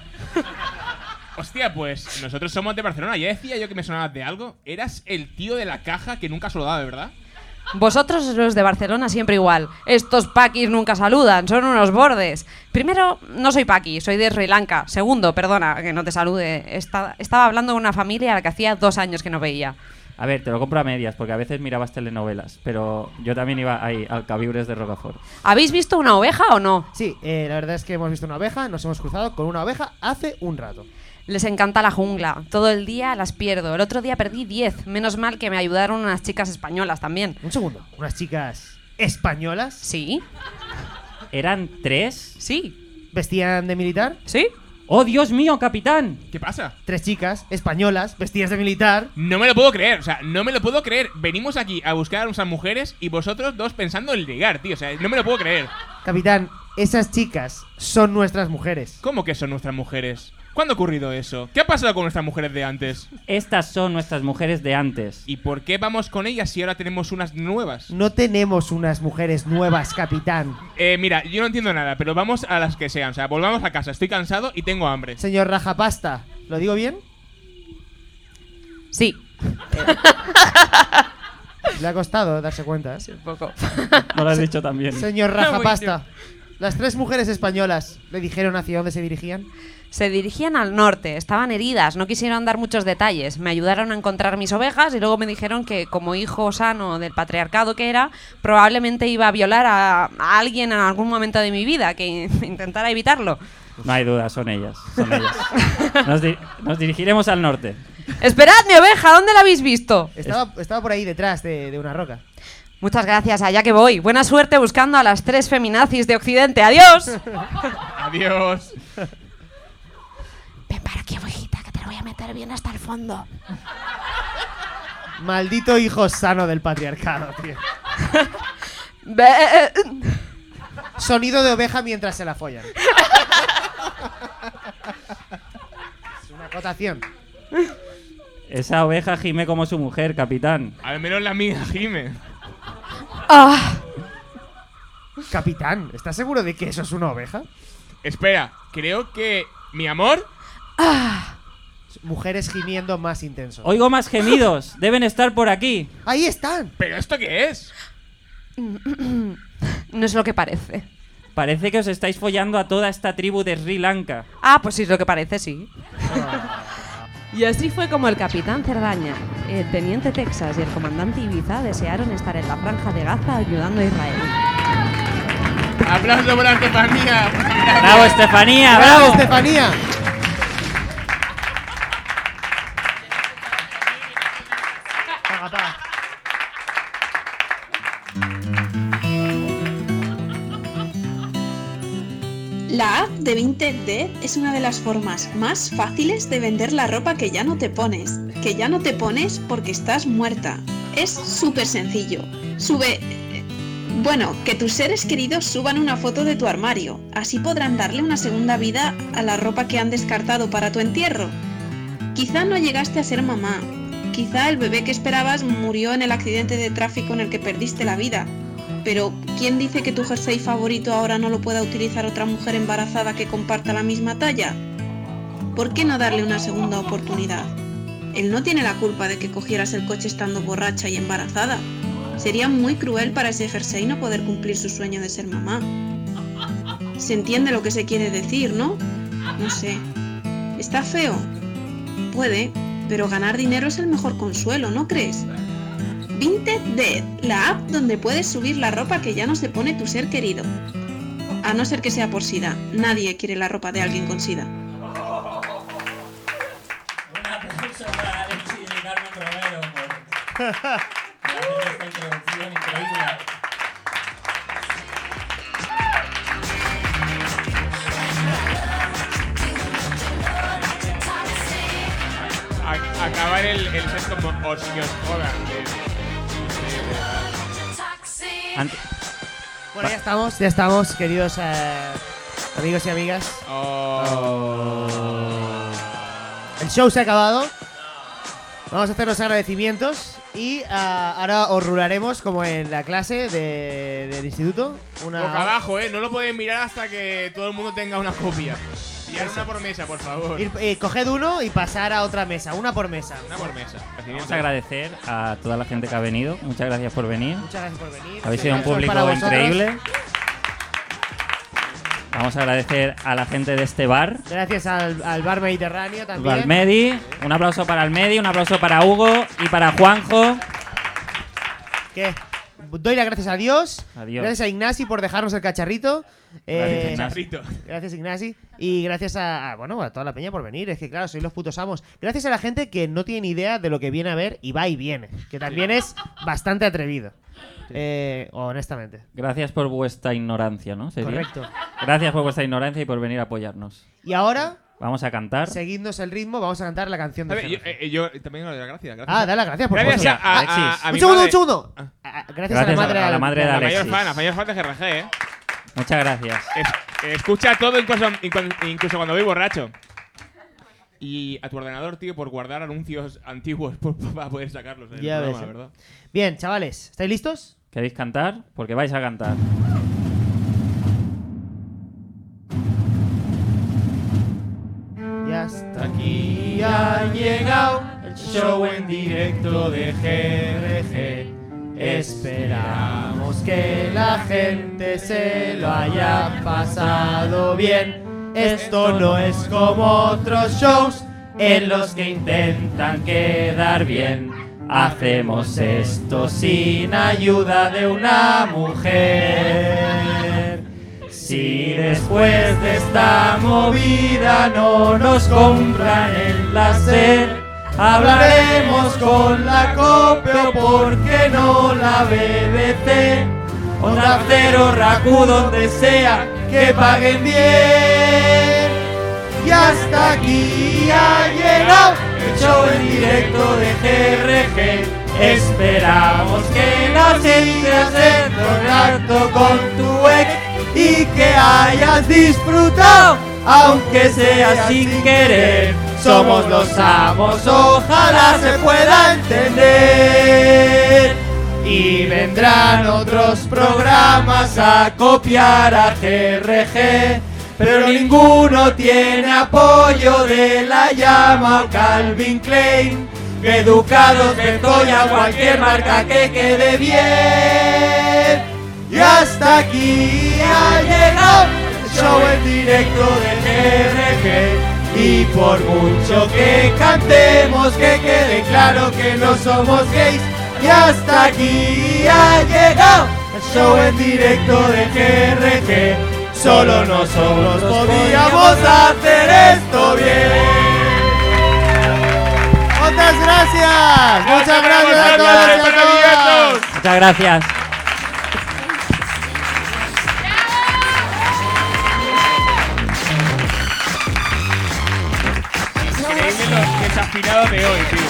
Speaker 3: Hostia, pues nosotros somos de Barcelona. Ya decía yo que me sonabas de algo. Eras el tío de la caja que nunca saludaba, ¿verdad?
Speaker 8: Vosotros los de Barcelona siempre igual. Estos paquis nunca saludan, son unos bordes. Primero, no soy paqui, soy de Sri Lanka. Segundo, perdona que no te salude. esta- estaba hablando de una familia a la que hacía dos años que no veía.
Speaker 2: A ver, te lo compro a medias, porque a veces mirabas telenovelas, pero yo también iba ahí, al Cabiures de Rocafort.
Speaker 8: ¿Habéis visto una oveja o no?
Speaker 1: Sí, eh, la verdad es que hemos visto una oveja, nos hemos cruzado con una oveja hace un rato.
Speaker 8: Les encanta la jungla. Todo el día las pierdo. El otro día perdí 10. Menos mal que me ayudaron unas chicas españolas también.
Speaker 1: Un segundo, unas chicas españolas
Speaker 8: ¿Sí?
Speaker 2: ¿Eran tres?
Speaker 8: ¿Sí?
Speaker 1: vestían de militar,
Speaker 8: ¿Sí?
Speaker 2: ¡Oh, Dios mío, capitán!
Speaker 3: ¿Qué pasa?
Speaker 1: tres chicas españolas vestidas de militar.
Speaker 3: No me lo puedo creer, o sea, no me lo puedo creer. Venimos aquí a buscar a unas mujeres y vosotros dos pensando en ligar, tío. O sea, no me lo puedo creer.
Speaker 1: Capitán, esas chicas son nuestras mujeres.
Speaker 3: ¿Cómo que son nuestras mujeres? ¿Cuándo ha ocurrido eso? ¿Qué ha pasado con nuestras mujeres de antes?
Speaker 2: Estas son nuestras mujeres de antes.
Speaker 3: ¿Y por qué vamos con ellas si ahora tenemos unas nuevas?
Speaker 1: No tenemos unas mujeres nuevas, capitán.
Speaker 3: Eh, mira, yo no entiendo nada, pero vamos a las que sean. O sea, volvamos a casa. Estoy cansado y tengo hambre.
Speaker 1: Señor Rajapasta, ¿lo digo bien?
Speaker 8: Sí.
Speaker 1: Le ha costado darse cuenta. ¿eh?
Speaker 8: Un poco.
Speaker 2: No lo has dicho también.
Speaker 1: Señor Rajapasta, las tres mujeres españolas le dijeron hacia dónde se dirigían.
Speaker 8: Se dirigían al norte, estaban heridas, no quisieron dar muchos detalles. Me ayudaron a encontrar mis ovejas y luego me dijeron que, como hijo sano del patriarcado que era, probablemente iba a violar a, a alguien en algún momento de mi vida, que *laughs* intentara evitarlo.
Speaker 2: No hay duda, son ellas. Son ellas. Nos, di- nos dirigiremos al norte.
Speaker 8: ¡Esperad, mi oveja! ¿Dónde la habéis visto?
Speaker 1: Estaba, estaba por ahí detrás de, de una roca.
Speaker 8: Muchas gracias, allá que voy. Buena suerte buscando a las tres feminazis de Occidente. ¡Adiós!
Speaker 3: Adiós.
Speaker 5: Ven para aquí, ovejita, que te lo voy a meter bien hasta el fondo.
Speaker 1: Maldito hijo sano del patriarcado, tío.
Speaker 8: Ve- eh,
Speaker 1: Sonido de oveja mientras se la follan. Es una acotación.
Speaker 2: Esa oveja gime como su mujer, capitán.
Speaker 3: Al menos la mía, Jime.
Speaker 8: Ah,
Speaker 1: Capitán, ¿estás seguro de que eso es una oveja?
Speaker 3: Espera, creo que. Mi amor.
Speaker 1: Mujeres gimiendo más intenso.
Speaker 2: Oigo más gemidos. Deben estar por aquí.
Speaker 1: ¡Ahí están!
Speaker 3: ¿Pero esto qué es?
Speaker 8: no es lo que parece.
Speaker 2: Parece que os estáis follando a toda esta tribu de Sri Lanka.
Speaker 8: Ah, pues sí, es lo que parece, sí. Y así fue como el capitán Cerdaña, el teniente Texas y el comandante Ibiza desearon estar en la franja de Gaza ayudando a Israel.
Speaker 3: Aplauso para Estefanía.
Speaker 2: ¡Bravo, Estefanía!
Speaker 1: ¡Bravo,
Speaker 2: Ah, ¡Bravo!
Speaker 1: Estefanía! Paga, paga.
Speaker 9: La app de Vinted es una de las formas más fáciles de vender la ropa que ya no te pones. Que ya no te pones porque estás muerta. Es súper sencillo. Sube... Bueno, que tus seres queridos suban una foto de tu armario. Así podrán darle una segunda vida a la ropa que han descartado para tu entierro. Quizá no llegaste a ser mamá. Quizá el bebé que esperabas murió en el accidente de tráfico en el que perdiste la vida. Pero, ¿quién dice que tu jersey favorito ahora no lo pueda utilizar otra mujer embarazada que comparta la misma talla? ¿Por qué no darle una segunda oportunidad? Él no tiene la culpa de que cogieras el coche estando borracha y embarazada. Sería muy cruel para ese jersey no poder cumplir su sueño de ser mamá. Se entiende lo que se quiere decir, ¿no? No sé. ¿Está feo? Puede, pero ganar dinero es el mejor consuelo, ¿no crees? Vinted Dead, la app donde puedes subir la ropa que ya no se pone tu ser querido. a no ser que sea por SIDA. Nadie quiere la ropa de alguien con SIDA.
Speaker 2: Un aplauso para Alexis y Carmen Romero por hacer esta introducción increíble.
Speaker 3: A- acabar el, el oh, set como os que os jodan.
Speaker 2: Ante-
Speaker 1: Bueno, ya estamos, ya estamos, queridos eh, amigos y amigas.
Speaker 3: Oh.
Speaker 1: El show se ha acabado. Vamos a hacer los agradecimientos y ah, ahora os rularemos como en la clase de- del instituto. Una,
Speaker 3: Boca abajo, eh. No lo pueden mirar hasta que todo el mundo tenga una copia. Y ahora una por mesa, por favor.
Speaker 1: ir- eh, coged uno y pasar a otra mesa, una por mesa.
Speaker 3: Una por mesa.
Speaker 2: Vamos a agradecer a toda la gente que ha venido. Muchas gracias por venir.
Speaker 1: Muchas gracias por venir.
Speaker 2: Habéis sido un
Speaker 1: Aplausos
Speaker 2: público
Speaker 1: para vosotros.
Speaker 2: increíble. Vamos a agradecer a la gente de este bar.
Speaker 1: Gracias al, al bar Mediterráneo también.
Speaker 2: Al Medi, un aplauso para el Medi, un aplauso para Hugo y para Juanjo.
Speaker 1: que doy las gracias a Dios.
Speaker 2: Adiós.
Speaker 1: Gracias a Ignasi por dejarnos el cacharrito. Eh,
Speaker 2: Ignasi.
Speaker 3: Chaprito.
Speaker 1: Gracias, Ignasi. Y gracias a, a, bueno, a toda la peña por venir. Es que, claro, sois los putos amos. Gracias a la gente que no tiene ni idea de lo que viene a ver y va y viene. Que también es bastante atrevido. Eh, honestamente.
Speaker 2: Gracias por vuestra ignorancia, ¿no? ¿Sería?
Speaker 1: Correcto.
Speaker 2: Gracias por vuestra ignorancia y por venir a apoyarnos.
Speaker 1: Y ahora,
Speaker 2: Vamos a cantar.
Speaker 1: seguidnos el ritmo, vamos a cantar la canción de
Speaker 3: ¿Sabes? Yo,
Speaker 1: Jorge.
Speaker 3: eh, yo también le doy las gracias. gracias.
Speaker 1: Ah, da las gracias por
Speaker 3: Gracias a,
Speaker 1: supuesto.
Speaker 3: a, a-
Speaker 2: Alexis.
Speaker 3: a mi
Speaker 1: Un segundo,
Speaker 3: madre.
Speaker 1: un segundo. Ah, ah, Gracias, a la
Speaker 2: Gracias
Speaker 1: madre,
Speaker 2: a la
Speaker 1: al-
Speaker 2: madre de
Speaker 3: La
Speaker 2: Alexis.
Speaker 3: mayor fan, la mayor fan de GRG, eh.
Speaker 2: Muchas gracias.
Speaker 3: Es- escucha todo incluso, inclu- incluso cuando voy borracho. Y a tu ordenador, tío, por guardar anuncios antiguos *laughs* por- para poder sacarlos. en el
Speaker 1: Ya
Speaker 3: programa,
Speaker 1: ves, eh.
Speaker 3: ¿verdad?
Speaker 1: Bien, chavales, ¿estáis listos?
Speaker 2: ¿Queréis cantar? Porque vais a cantar.
Speaker 1: Ya está.
Speaker 3: Aquí ha llegado el show en directo de GRG.
Speaker 1: Esperamos que la gente se lo haya pasado bien. Esto no es como otros shows en los que intentan quedar bien. Hacemos esto sin ayuda de una mujer. Si después de esta movida no nos compran el láser, hablaremos con la COPE o por qué no la BBC. Onda Cero, Racu, donde sea, que paguen bien. Y hasta aquí ha llegado el show en directo de GRG. Esperamos que nos sigas en contacto con tu ex y que hayas disfrutado, aunque sea sin querer. Somos los amos, ojalá se pueda entender. Y vendrán otros programas a copiar a GRG, pero ninguno tiene apoyo de la llama o Calvin Klein. Que educados que estoy a cualquier marca que quede bien. Y hasta aquí ha llegado el show en directo de GRG. Y por mucho que cantemos, que quede claro que no somos gays. Y hasta aquí ha llegado el show en directo de GRG. Solo nosotros podíamos hacer esto bien. Muchas gracias. Muchas gracias a todos y a todas.
Speaker 2: Muchas gracias.
Speaker 3: Increíble los desafinados de hoy, tío.